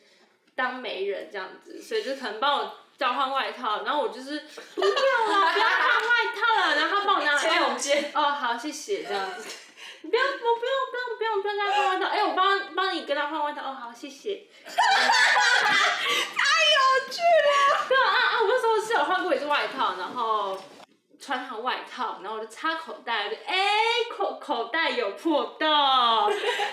Speaker 2: 当媒人这样子，所以就可能帮我交换外套，然后我就是不要啦，不要换外套了，然后他帮我拿
Speaker 3: 啊
Speaker 2: 来，哎、
Speaker 3: 我借，
Speaker 2: 哦好，谢谢这样子。你不要，我不要，不要，不要，不要跟他换外套。哎、我帮帮你跟他换外套。哦，好，谢谢。对啊啊！我那时候是有换过一次外套，然后穿好外套，然后我就插口袋，我就哎、口口袋有破洞，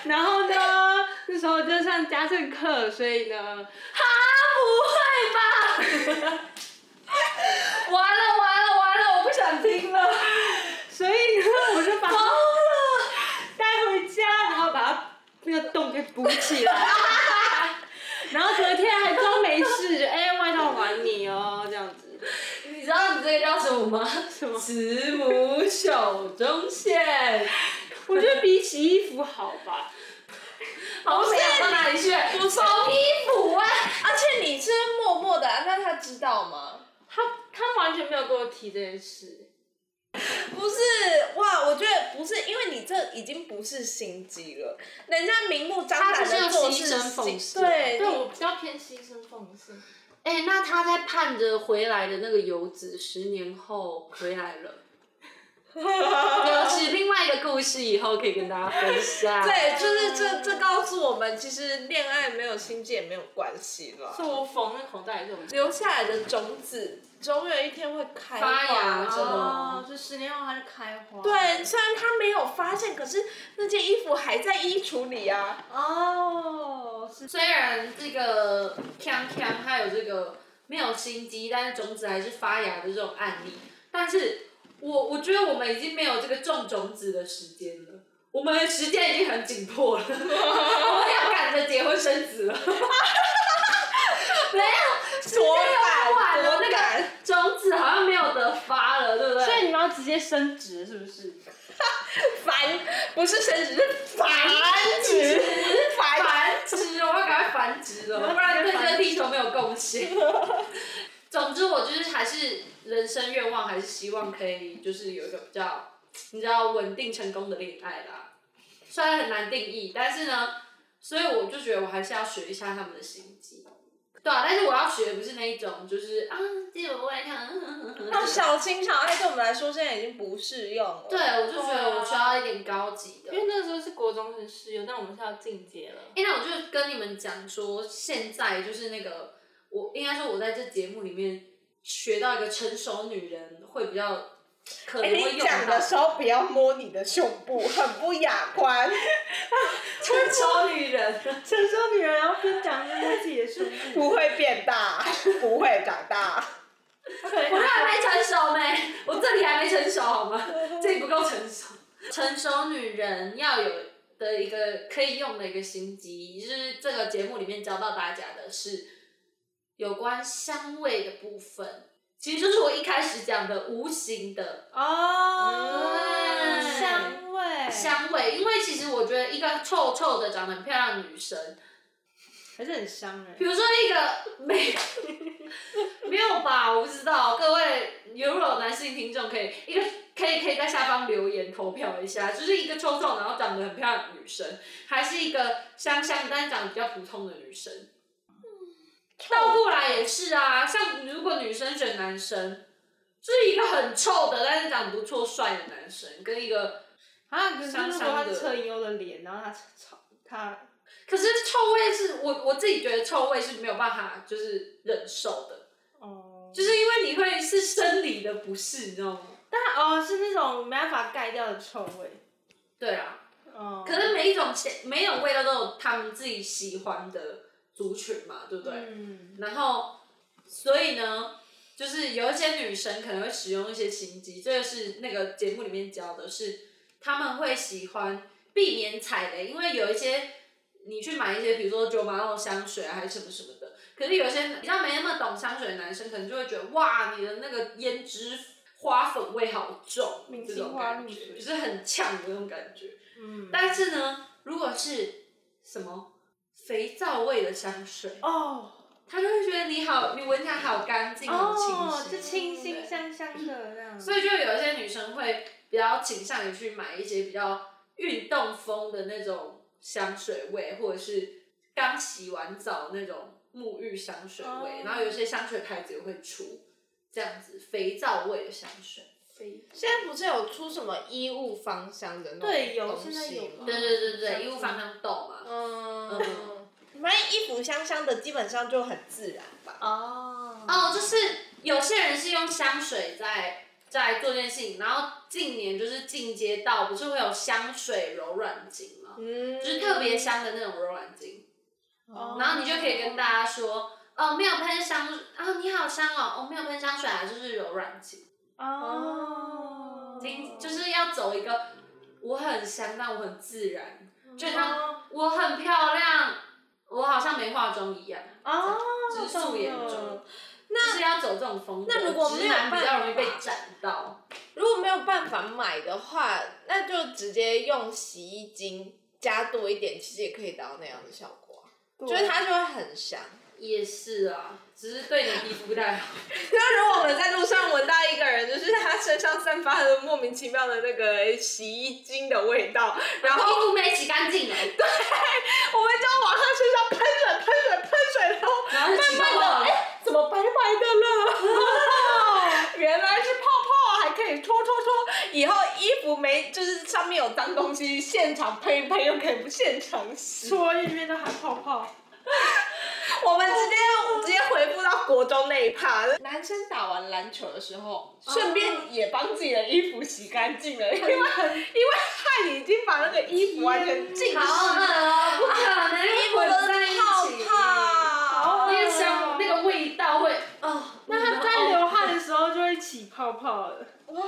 Speaker 2: 然后呢，那时候就上家政课，所以呢，
Speaker 3: 他不会吧？ 完了完了完了，我不想听了，
Speaker 2: 所以呢，我就把
Speaker 3: 疯
Speaker 2: 它
Speaker 3: 了。
Speaker 2: 带回家，然后把它那个洞给补 起来，然后隔天还装没事，就哎、外套还你哦，这样子。
Speaker 3: 你知道你这个叫什么吗？
Speaker 2: 什么
Speaker 3: 慈母手中线，
Speaker 2: 我觉得比起衣服好吧。
Speaker 3: 好想到哪里去？我收衣服啊！
Speaker 4: 而且你是默默的，那他知道吗？
Speaker 2: 他他完全没有跟我提这件事，
Speaker 4: 不是哇，我觉得不是，因为你这已经不是心机了，人家明目张胆
Speaker 3: 他就是
Speaker 4: 的
Speaker 3: 要
Speaker 4: 做
Speaker 3: 牺
Speaker 4: 事
Speaker 3: 牲奉
Speaker 4: 情，
Speaker 3: 献
Speaker 4: 对
Speaker 2: 对我比较偏牺牲奉献。
Speaker 3: 哎、那他在盼着回来的那个游子，十年后回来 了，又是另外一个故事，以后可以跟大家分享。
Speaker 4: 对，就是这这告诉我们，其实恋爱没有心机也没有关系了，
Speaker 2: 是我缝那口袋这种。
Speaker 4: 留下来的种子总有一天会开
Speaker 3: 发芽
Speaker 4: 花啊
Speaker 3: 真的
Speaker 2: 哦，就十年后它就开花。
Speaker 4: 对，虽然他没有发现，可是那件衣服还在衣橱里啊。
Speaker 2: 哦，是
Speaker 3: 虽然这个锵锵它有这个没有心机，但是种子还是发芽的这种案例，但是我我觉得我们已经没有这个种种子的时间了，我们 的时间已经很紧迫了，我们要赶着结婚生子了。
Speaker 4: 多
Speaker 3: 太晚
Speaker 4: 晚
Speaker 3: 了，那
Speaker 4: 敢
Speaker 3: 个种子好像没有得发了，对不对？
Speaker 2: 所以你们要直接升职是不是？
Speaker 4: 繁不是生殖，是繁殖，繁
Speaker 3: 繁殖，我要赶快繁殖了， 不然对这个地球没有贡献。总之，我就是还是人生愿望，还是希望可以就是有一个比较，你知道稳定成功的恋爱啦。虽然很难定义，但是呢，所以我就觉得我还是要学一下他们的心机。对啊，但是我要学的不是那一种，就是啊，借我外套。
Speaker 4: 那小情小爱对我们来说现在已经不适用了。
Speaker 3: 对，我就觉得我需要一点高级的。
Speaker 2: 因为那时候是国中生室友，但我们是要进阶了。
Speaker 3: 哎、那我就跟你们讲说，现在就是那个，我应该说，我在这节目里面学到一个成熟女人会比较可能
Speaker 4: 哎，
Speaker 3: 会
Speaker 4: 你
Speaker 3: 用
Speaker 4: 讲
Speaker 3: 到
Speaker 4: 的时候不要摸你的胸部，很不雅观。
Speaker 3: 成熟 女人，
Speaker 2: 成熟女人要边讲边摸自己的胸部，
Speaker 4: 不会变大， 不会长大。
Speaker 3: 我这还没成熟呢，我这里还没成熟好吗？这里不够成熟。成熟女人要有的一个可以用的一个心机，就是这个节目里面教到大家的是有关香味的部分，其实就是我一开始讲的无形的。
Speaker 2: 哦
Speaker 3: 对
Speaker 2: 香味，
Speaker 3: 香味，因为其实我觉得一个臭臭的长得很漂亮的女 生，
Speaker 2: 还是很香哎
Speaker 3: 比。如说一个没没有吧，我不知道，各位有有男性听众可以一个可以可以在下方留言投票一下，就是一个臭臭然后长得很漂亮的女生，还是一个香香但长得比较普通的女生。倒过来也是啊，像如果女生选男生，就是一个很臭的但是长得不错帅的男生，跟一个
Speaker 2: 啊，可是
Speaker 3: 香
Speaker 2: 如果
Speaker 3: 香
Speaker 2: 他
Speaker 3: 的
Speaker 2: 是车银优的脸，然后他超他
Speaker 3: 可是臭味是我我自己觉得臭味是没有办法就是忍受的，
Speaker 2: 哦，
Speaker 3: 就是因为你会是生理的不适，你知道吗？
Speaker 2: 但他哦是那种没办法盖掉的臭味。
Speaker 3: 对啊，
Speaker 2: 哦，
Speaker 3: 可是每一种前每一种味道都有他们自己喜欢的族群嘛，对不对？
Speaker 2: 嗯，
Speaker 3: 然后所以呢，就是有一些女生可能会使用一些心机，这个是那个节目里面教的是，他们会喜欢避免踩雷，因为有一些你去买一些，比如说九马那种香水啊，还是什么什么的，可是有些比较没那么懂香水的男生，可能就会觉得哇，你的那个胭脂花粉味好重，
Speaker 2: 明
Speaker 3: 这
Speaker 2: 星
Speaker 3: 种
Speaker 2: 花
Speaker 3: 感
Speaker 2: 露
Speaker 3: 觉
Speaker 2: 水
Speaker 3: 就是很呛的那种感觉。
Speaker 2: 嗯
Speaker 3: 但是呢，如果是什么肥皂味的香水，
Speaker 2: 哦
Speaker 3: 他就会觉得你好，你闻起来好干净，好
Speaker 2: 哦，就
Speaker 3: 清新。
Speaker 2: 清新香香的这样。
Speaker 3: 所以就有一些女生会比较倾向于去买一些比较运动风的那种香水味，或者是刚洗完澡那种沐浴香水味，
Speaker 2: 哦
Speaker 3: 然后有些香水牌子也会出这样子肥皂味的香水。
Speaker 2: 以
Speaker 1: 现在不是有出什么衣物芳香的那种
Speaker 2: 对有
Speaker 1: 东西
Speaker 2: 现在有
Speaker 1: 吗
Speaker 2: 对
Speaker 3: 对
Speaker 2: 对
Speaker 3: 对
Speaker 2: 对
Speaker 3: 对
Speaker 2: 对
Speaker 3: 对，衣物放香豆嘛。
Speaker 2: 哦
Speaker 1: 嗯
Speaker 3: 嗯
Speaker 4: 反正衣服香香的，基本上就很自然吧。
Speaker 2: 哦
Speaker 3: 哦，就是有些人是用香水在在做这件事情，然后近年就是进阶到不是会有香水柔软巾吗？
Speaker 1: 嗯，哦
Speaker 3: 就是特别香的那种柔软巾，然后你就可以跟大家说，哦，没有喷香啊，你好香哦，哦，没有喷香水啊，就是柔软巾，
Speaker 2: 哦，
Speaker 3: 听就是要走一个我很香，但我很自然，
Speaker 1: 哦
Speaker 3: 就像我很漂亮，我好像没化妆一样，
Speaker 2: 哦，
Speaker 3: 就是素颜
Speaker 2: 懂
Speaker 3: 妆
Speaker 2: 了，
Speaker 3: 就是要走这种风格，
Speaker 1: 那如果没
Speaker 3: 直
Speaker 1: 有
Speaker 3: 男比较容易被
Speaker 1: 办法
Speaker 3: 斩到。
Speaker 1: 如果没有办法买的话，那就直接用洗衣精加多一点，其实也可以达到那样的效果啊，就是它就会很香。
Speaker 3: 也是啊，只是对你的皮肤不太好。
Speaker 4: 那如果我们在路上闻到一个人，就是他身上散发的莫名其妙的那个洗衣精的味道，然
Speaker 1: 哦
Speaker 3: 然
Speaker 4: 后
Speaker 3: 后皮肤没洗干净了，
Speaker 4: 我们就往他身上喷水、喷水、喷水，然后
Speaker 3: 然后奇怪
Speaker 4: 慢慢的，哎，怎么白白的
Speaker 1: 哦
Speaker 4: 了？ 原来是泡泡，还可以搓搓搓。以后衣服没就是上面有脏东西，现场喷一喷又可以现场洗。
Speaker 2: 搓一边都含泡 泡。
Speaker 4: 我们直接直接回复到国中那一趴，
Speaker 1: 男生打完篮球的时候，
Speaker 4: 顺便也帮自己的衣服洗干净了，因为因为汗已经把那个衣服完全浸湿
Speaker 3: 好恶
Speaker 4: 了，
Speaker 3: 哦，不可能，
Speaker 1: 衣
Speaker 3: 衣
Speaker 1: 服都
Speaker 3: 在
Speaker 1: 是
Speaker 3: 一
Speaker 1: 泡
Speaker 3: 起，
Speaker 4: 啊
Speaker 1: 泡，
Speaker 2: 好
Speaker 3: 那个香那个味道会，哦，
Speaker 2: 那他在流汗的时候就会起泡泡 了。
Speaker 4: 哇！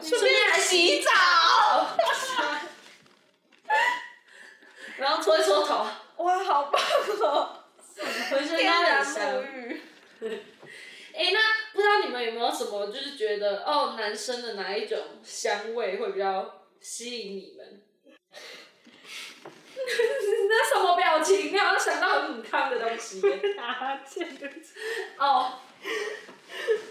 Speaker 3: 顺
Speaker 4: 顺
Speaker 3: 便
Speaker 4: 便
Speaker 3: 来洗
Speaker 4: 洗澡，
Speaker 3: 哦然后搓一搓头，
Speaker 4: 哇，好棒哦！
Speaker 3: 浑身
Speaker 4: 天
Speaker 3: 都
Speaker 4: 然
Speaker 3: 很
Speaker 4: 沐
Speaker 3: 香。
Speaker 4: 浴，
Speaker 3: 哎、那不知道你们有没有什么，就是觉得哦，男生的哪一种香味会比较吸引你们？ 那什么表情？你好像想到很母汤的东西耶。
Speaker 2: 哈欠，对不起。
Speaker 3: 哦，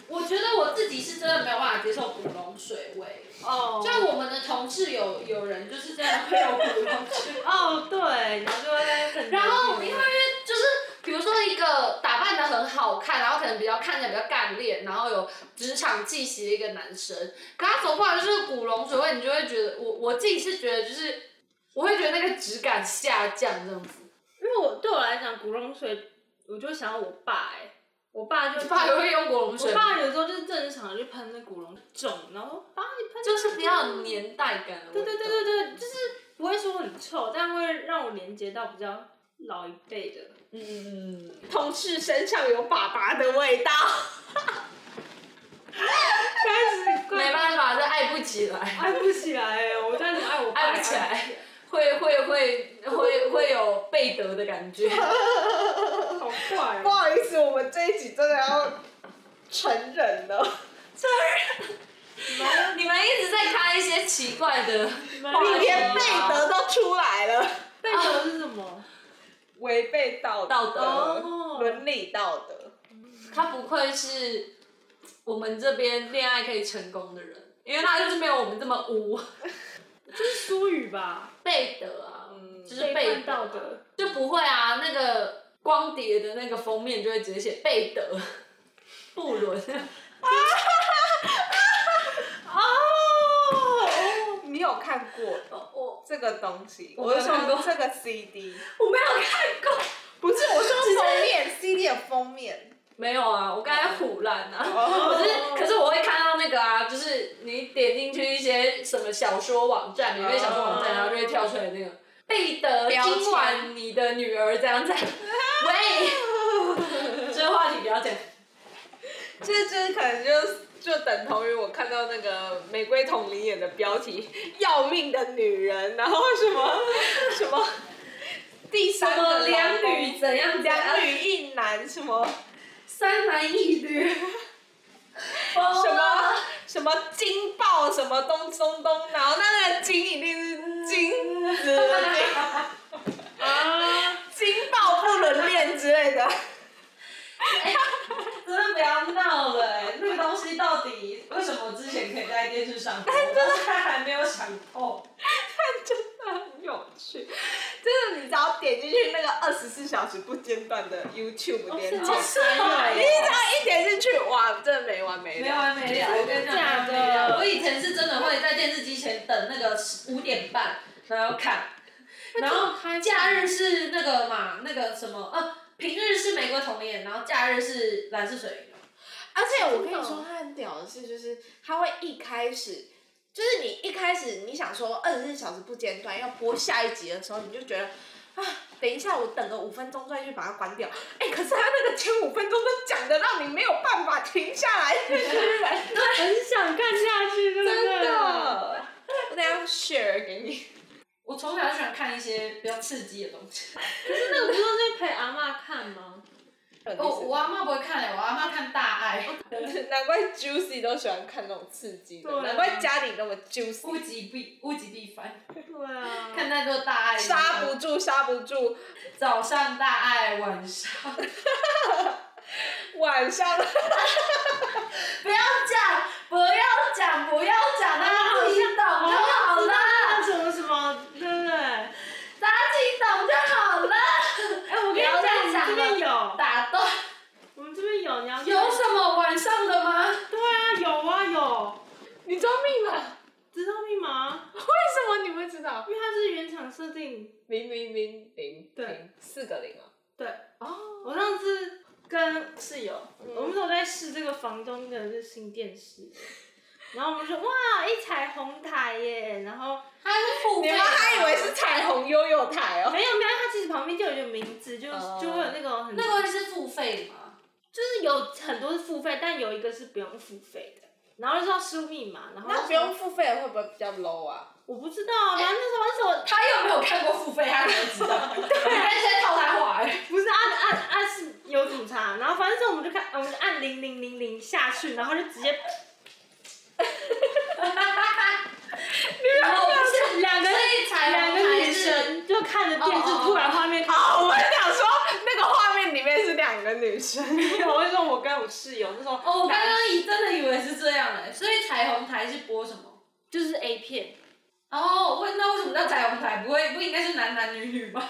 Speaker 3: 我觉得我自己是真的没有办法接受古龙水味。
Speaker 2: 哦
Speaker 3: 像我们的同事有有人就是这样会有古龙水味，
Speaker 2: 哦，对，然后就会很
Speaker 3: 然后因为因为就是 比如说一个打扮的很好看，然后可能比较看起来比较干练，然后有职场气息的一个男生，可他走过来就是古龙水味，你就会觉得我我自己是觉得就是我会觉得那个质感下降这样子。
Speaker 2: 因为我对我来讲，古龙水，我就想到我爸哎、我爸就
Speaker 3: 你爸也会用古龙水
Speaker 2: 我
Speaker 3: 吗？
Speaker 2: 爸有时候就是正常就喷那古龙肿，然后爸啊你喷，
Speaker 3: 就是比较有年代感的味道。
Speaker 2: 对对对对对，就是不会说很臭，但会让我连接到比较老一辈的。
Speaker 4: 嗯，同事身上有爸爸的味道，
Speaker 2: 开始
Speaker 3: 没办法，这爱不起来。
Speaker 2: 爱不起来哎、我但是爱我爸
Speaker 3: 爱不起来，会会会会会有被得的感觉。
Speaker 2: 好怪、
Speaker 4: 不
Speaker 2: 哦。
Speaker 4: 好意思，我们这一集真的要成人了。
Speaker 3: 你们一直在开一些奇怪的，
Speaker 4: 你连贝
Speaker 2: 啊
Speaker 4: 德都出来了，
Speaker 2: 贝德是什么？
Speaker 4: 违背道
Speaker 3: 道德
Speaker 2: 哦
Speaker 4: 伦理道德。
Speaker 3: 他不愧是我们这边恋爱可以成功的人，因为他就是没有我们这么污。
Speaker 2: 就是疏语吧，
Speaker 3: 被得啊，就是
Speaker 2: 背
Speaker 3: 被
Speaker 2: 叛道，德。
Speaker 3: 就不会啊。那个光碟的那个封面就会直接写被得。 不伦，
Speaker 4: 哦，你有看过
Speaker 3: 我
Speaker 4: 这个东西？
Speaker 3: 我没
Speaker 4: 我
Speaker 3: 有
Speaker 4: 是
Speaker 3: 看过
Speaker 4: 说这个 CD，
Speaker 3: 我没有看过，
Speaker 4: 不是我说封面 CD 的封面。
Speaker 3: 没有啊，我刚才胡乱啊。
Speaker 4: 哦
Speaker 3: 可是，可是我会看到那个啊，就是你点进去一些什么小说网站，免费小说网站，然后就会跳出来那个贝德，
Speaker 4: 标签
Speaker 3: 今晚你的女儿这样在，喂，这个话题不要讲。
Speaker 4: 这这可能就就等同于我看到那个玫瑰同林演的标题 “要命的女人”，然后什 么什么第三
Speaker 3: 什么
Speaker 4: 个
Speaker 3: 两
Speaker 4: 老公
Speaker 3: 女怎样啊
Speaker 4: 两女一男什么
Speaker 3: 三男一女，
Speaker 4: 什
Speaker 3: 什
Speaker 4: 么什么金豹什么东中东，然后那个金一定是金子 的金，
Speaker 2: 啊，
Speaker 4: 金豹不伦恋之类的。
Speaker 3: 真的不要闹了、欸，那个东西到底为什么之前可以在电视上播，他还没有想哦透。
Speaker 4: 真的很有趣，就是你只要点进去那个二十四小时不间断的 YouTube 连接，
Speaker 2: 哦是哦
Speaker 4: 你只要一点进去，哇，真的没完没
Speaker 3: 没
Speaker 4: 了。
Speaker 3: 完没了，我跟你讲，
Speaker 2: 假的
Speaker 3: 没完没了我以前是真的会在电视机前等那个五点半，然后看，然后假日是那个嘛，那个什么呃，平日是玫瑰童年，然后假日是蓝色水银龙。
Speaker 1: 而且我跟你
Speaker 2: 真的
Speaker 1: 说，
Speaker 2: 哦
Speaker 1: 他很屌的是，就是他会一开始，就是你一开始你想说二十四小时不间断要播下一集的时候，你就觉得啊，等一下我等个五分钟再去把它关掉。哎、可是他那个前五分钟都讲的让你没有办法停下来，
Speaker 2: 很想看下去，对不对？
Speaker 4: 真的，我等一下 share 给你。
Speaker 3: 我从小就喜欢看一些比较刺激的东西。
Speaker 2: 可是那个不是在陪阿嬷看吗？
Speaker 3: 我我阿妈不会看嘞、我阿妈看大爱，
Speaker 4: 哦难怪 Juicy 都喜欢看那种刺激的，
Speaker 2: 对啊
Speaker 4: 难怪家里那么
Speaker 3: 物
Speaker 4: Juicy，
Speaker 3: 极必物极必反，
Speaker 2: 对啊。
Speaker 3: 看太多大爱。
Speaker 4: 刹不住，刹不住，
Speaker 3: 早上大爱，晚上。
Speaker 4: 晚上
Speaker 3: 不要讲，不要讲，不要讲，大家听懂就好了，
Speaker 2: 什么什么，对不对？哎、
Speaker 3: 大家听懂就好了。哎
Speaker 2: 我跟
Speaker 3: 不
Speaker 2: 你
Speaker 3: 要再
Speaker 2: 讲，
Speaker 3: 讲
Speaker 2: 我们这边有，
Speaker 3: 打断，
Speaker 2: 我们这边有，你要
Speaker 3: 有什么晚上的吗？
Speaker 2: 对啊，有啊有，
Speaker 4: 你知道密码？
Speaker 2: 知道密码，
Speaker 4: 为什么你会知道？
Speaker 2: 因为它是原厂设定。
Speaker 4: 零零零零
Speaker 2: 对
Speaker 4: 零四个零啊！
Speaker 2: 对，
Speaker 4: 哦，
Speaker 2: 我上次跟室友，我们都在试这个房东的这新电视，然后我们说哇，一彩虹台耶，然后
Speaker 3: 他是付
Speaker 4: 你
Speaker 3: 费啊的，
Speaker 4: 们还以为是彩虹悠悠台哦？
Speaker 2: 没有没有，它其实旁边就有一个名字，就
Speaker 4: 哦
Speaker 2: 就会有
Speaker 5: 呃
Speaker 2: 那种很，
Speaker 3: 那个是付费的吗？
Speaker 2: 就是有很多是付费，但有一个是不用付费的。然后就是要输密码，然后
Speaker 4: 那不
Speaker 2: 说
Speaker 4: 用付费的会不会比较 low 啊？
Speaker 2: 我不知道啊，反正那时候那时候
Speaker 3: 他又没有看过付费，他怎么知道？你还是在套他话、欸？
Speaker 2: 不是按按按是有什么差，然后反正是我们就看，我们就按按零零零零下去，然后就直接
Speaker 3: 然后
Speaker 2: 两个
Speaker 3: 所以彩
Speaker 2: 两
Speaker 3: 虹
Speaker 2: 个女
Speaker 3: 才是
Speaker 2: 生就看着电视
Speaker 3: 哦哦，哦
Speaker 2: 突然画面看，
Speaker 4: 哦， 我想说那个画面里面是两个女生，
Speaker 2: 我会说我跟我室友那时候
Speaker 3: 哦，我刚刚以真的以为是这样哎、所以彩虹台是播什么？
Speaker 2: 就是 A 片，
Speaker 3: 哦，问那为什么叫彩虹台？不会不应该是男男女女吗？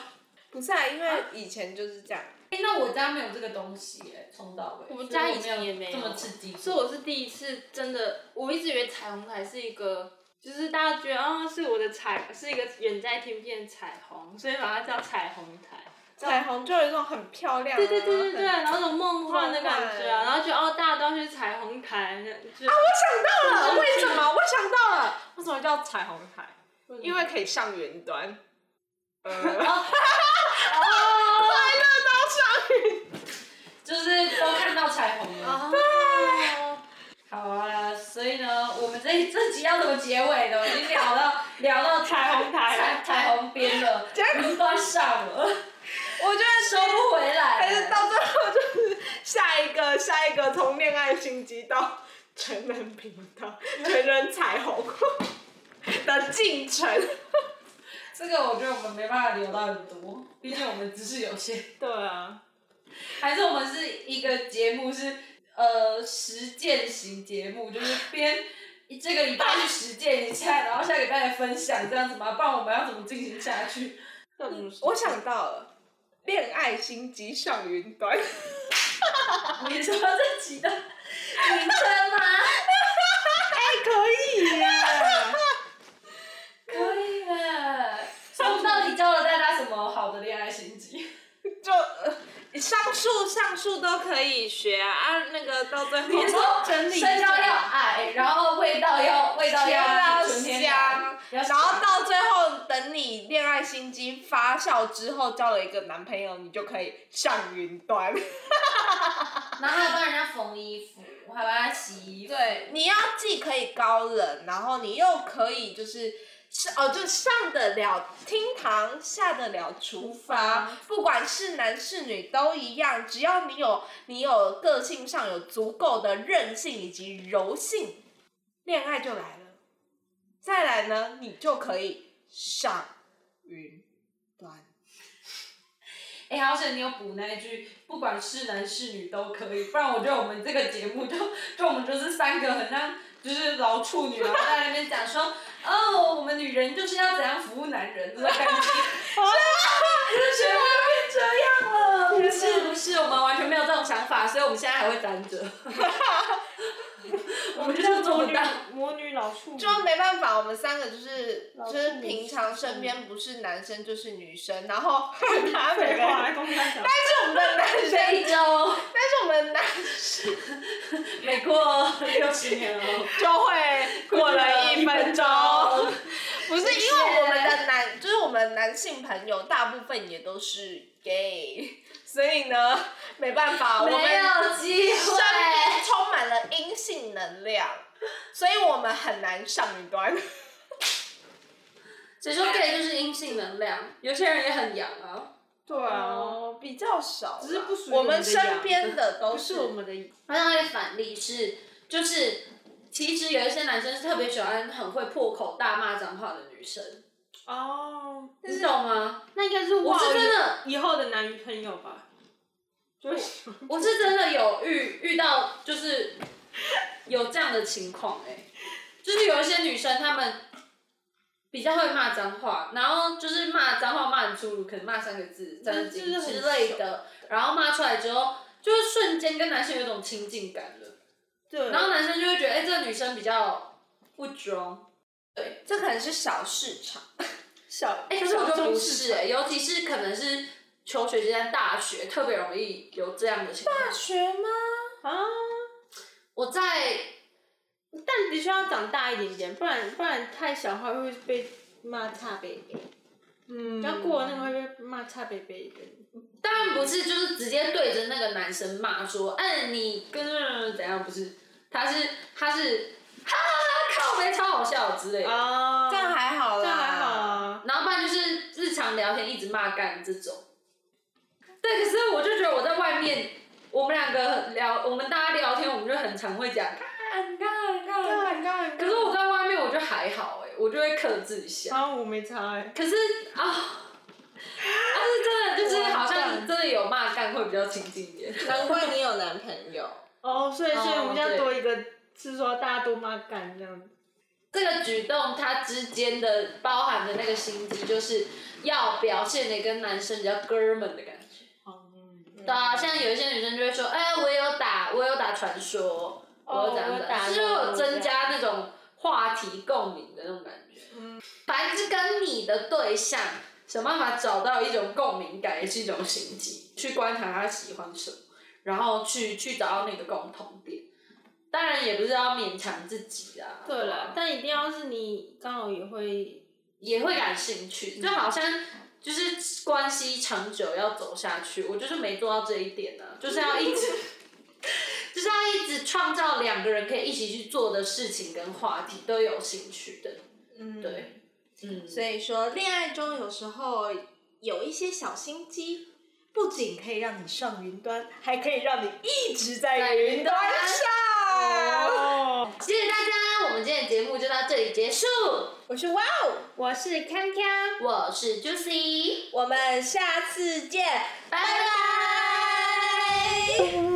Speaker 1: 不是啊，因为以前就是这样。
Speaker 3: 哎、那我家没有这个东西哎、从到尾。
Speaker 2: 我们家
Speaker 3: 所
Speaker 2: 以前也
Speaker 3: 没
Speaker 2: 没
Speaker 3: 这
Speaker 2: 有
Speaker 3: 么刺激过。
Speaker 2: 所以我是第一次真的，我一直以为彩虹台是一个。就是大家觉得啊、是我的彩，是一个远在天边的彩虹，所以把它叫彩虹台。
Speaker 4: 彩虹就有一种很漂亮、啊，
Speaker 2: 对对对对对，
Speaker 4: 很
Speaker 2: 然后那种梦幻的感觉啊，然后就哦，大家都要去彩虹台，就啊，
Speaker 4: 我想到了，为什么？我想到了，为什么叫彩虹台？因为可以上云 端。呃，快乐到上云
Speaker 3: 就是都看到彩虹了。
Speaker 2: 对，
Speaker 3: 好啊，所以呢，我们这这集要怎么结尾呢？已经聊到聊到
Speaker 2: 彩虹台
Speaker 3: 彩彩虹边了，
Speaker 4: 果
Speaker 3: 云端上了，
Speaker 4: 我觉得
Speaker 3: 收不回来
Speaker 4: 但是
Speaker 3: 了。
Speaker 4: 到最后就是下一个下一个从恋爱心机到成人频道、成人彩虹的进程。
Speaker 3: 这个我觉得我们没办法聊到很多，毕竟我们知识有限。
Speaker 2: 对啊，
Speaker 3: 还是我们是一个节目是呃实践型节目，就是边这个礼拜去实践一下，然后下个礼拜来分享这样子吗？不然我们要怎么进行下去？
Speaker 4: 我想到了，恋爱心机上云端，
Speaker 3: 你说这集的名称吗？
Speaker 4: 可以耶！
Speaker 3: 可以的。所以我们到底教了大家什么好的恋爱心机？
Speaker 4: 就、呃上述上述都可以学啊，啊那个到最后
Speaker 3: 你说
Speaker 4: 整理一
Speaker 3: 身高要
Speaker 4: 下。
Speaker 3: 矮，然后味道要味道要
Speaker 4: 要
Speaker 3: 纯天然
Speaker 4: 香，
Speaker 3: 要
Speaker 4: 然后到最后，等你恋爱心机发酵之后，交了一个男朋友，你就可以上云端。
Speaker 3: 然后还要帮人家缝衣服，我还帮他洗衣服。
Speaker 4: 对，你要既可以高冷，然后你又可以就是是哦，就上得了厅堂，下得了厨房，不管是男是女都一样，只要你有你有个性上有足够的韧性以及柔性，恋爱就来了。再来呢，你就可以上云端。
Speaker 3: 哎、好险你有补那一句，不管是男是女都可以，不然我觉得我们这个节目就就我们就是三个很像就是老处女，然后在那边讲说，哦，我们女人就是要怎样服务男人这种 感觉，就是全部都变这样啊 了，不是不是，我们完全没有这种想法，所以我们现在还会单 着，我们就是做
Speaker 2: 魔
Speaker 3: 不
Speaker 2: 女
Speaker 3: 到。
Speaker 2: 魔女老处女，
Speaker 4: 就没办法，我们三个就是
Speaker 2: 老
Speaker 4: 就是
Speaker 2: 处女
Speaker 4: 平常身边不是男生就是女生，然后 他每
Speaker 2: 废
Speaker 4: 个人
Speaker 2: 话，公 开讲，
Speaker 4: 但是我们的男
Speaker 3: 这
Speaker 4: 生，
Speaker 3: 一周，
Speaker 4: 但是我们的男生
Speaker 3: 每过六十年哦，
Speaker 4: 就会过了一 分钟，
Speaker 2: 啊
Speaker 4: 不是因为我们的男，就是我们男性朋友大部分也都是 gay，所以呢，没办法，我们
Speaker 3: 没有欸机
Speaker 4: 身
Speaker 3: 会。
Speaker 4: 边充满了阴性能量，所以我们很难上云端。
Speaker 3: 谁说 gay 就是阴性能量？有些人也很阳啊。
Speaker 2: 对啊，
Speaker 4: 哦，比较少啦，
Speaker 2: 只是不属于
Speaker 4: 我
Speaker 2: 我们
Speaker 4: 们
Speaker 2: 的
Speaker 4: 身
Speaker 2: 养
Speaker 4: 边的都
Speaker 2: 不是我们的，
Speaker 3: 那他的反例是，就是其实有一些男生是特别喜欢很会破口大骂脏话的女生，
Speaker 2: 哦，
Speaker 3: 你懂吗？
Speaker 2: 那应该是
Speaker 3: 我
Speaker 2: 哇
Speaker 3: 是真的，
Speaker 2: 以后的男女朋友吧，就是
Speaker 3: 我是真的有遇遇到，就是有这样的情况哎、就是有一些女生她们比较会骂脏话，然后就是骂脏话骂很粗鲁，可能骂三个字、三字
Speaker 2: 就是很
Speaker 3: 之类的，然后骂出来之后，就是瞬间跟男生有一种亲近感了。
Speaker 2: 对
Speaker 3: 然后男生就会觉得，哎、这个女生比较不装。
Speaker 4: 这可能是小市场。
Speaker 2: 小，
Speaker 3: 哎、可是我觉得不是、哎，尤其是可能是求学阶段，大学特别容易有这样的情况。
Speaker 4: 学吗？
Speaker 2: 啊，
Speaker 3: 我在
Speaker 2: 但的确要长大一点点，不然不然太小的话会被骂差 baby，
Speaker 4: 嗯
Speaker 2: 要过了那个会被骂差 baby 的。
Speaker 3: 当然不是，就是直接对着那个男生骂说，哎、你跟怎样不是？他是他是，哈哈哈，靠背超好笑之类的。
Speaker 2: 啊，
Speaker 4: 这样还好啦，
Speaker 2: 这样还好啊，
Speaker 3: 然后不然就是日常聊天一直骂干这种。对，可是我就觉得我在外面我们两个聊，我们大家聊天，我们就很常会讲干干干干。
Speaker 2: 干
Speaker 3: 可是我在外面我就还好哎、我就会克制一下。
Speaker 2: 啊，我没差哎、
Speaker 3: 可是啊，啊是真的，就是好像真的有骂干会比较亲近一点。
Speaker 4: 难怪你有男朋友。
Speaker 2: 哦，所以所以我们
Speaker 3: 对
Speaker 2: 要多一个，是说大家多骂干这样子。
Speaker 3: 这个举动它之间的包含的那个心机，就是要表现的跟男生比较哥们的感觉。对啊，像有一些女生就会说，哎、我有打，我有打传说，我有怎哦样
Speaker 2: 哦
Speaker 5: 哦我有打
Speaker 3: 就是有
Speaker 5: 我有这样
Speaker 3: 增加那种话题共鸣的那种感觉。嗯，反正就是跟你的对象想办法找到一种共鸣感，也是一种心机，去观察他喜欢什么，然后去去找到那个共同点。当然也不是要勉强自己啊。
Speaker 5: 对
Speaker 3: 啊
Speaker 5: 了，但一定要是你刚好也会，
Speaker 3: 也会感兴趣，就好像就是关系长久要走下去，我就是没做到这一点 呢、就是要一直，就是要一直创造两个人可以一起去做的事情跟话题都有兴趣的，
Speaker 4: 嗯，
Speaker 3: 对，嗯，
Speaker 4: 所以说，恋爱中有时候有一些小心机，不仅可以让你上云端，还可以让你一直在
Speaker 3: 在云
Speaker 4: 云端
Speaker 3: 端
Speaker 4: 上。
Speaker 2: 哦，
Speaker 3: 谢谢大家，我们今天的节目就到这里结束，
Speaker 4: 我是哇哦，
Speaker 5: 我是康康，
Speaker 3: 我是 Juicy，
Speaker 4: 我们下次见，
Speaker 3: 拜拜。
Speaker 4: 拜。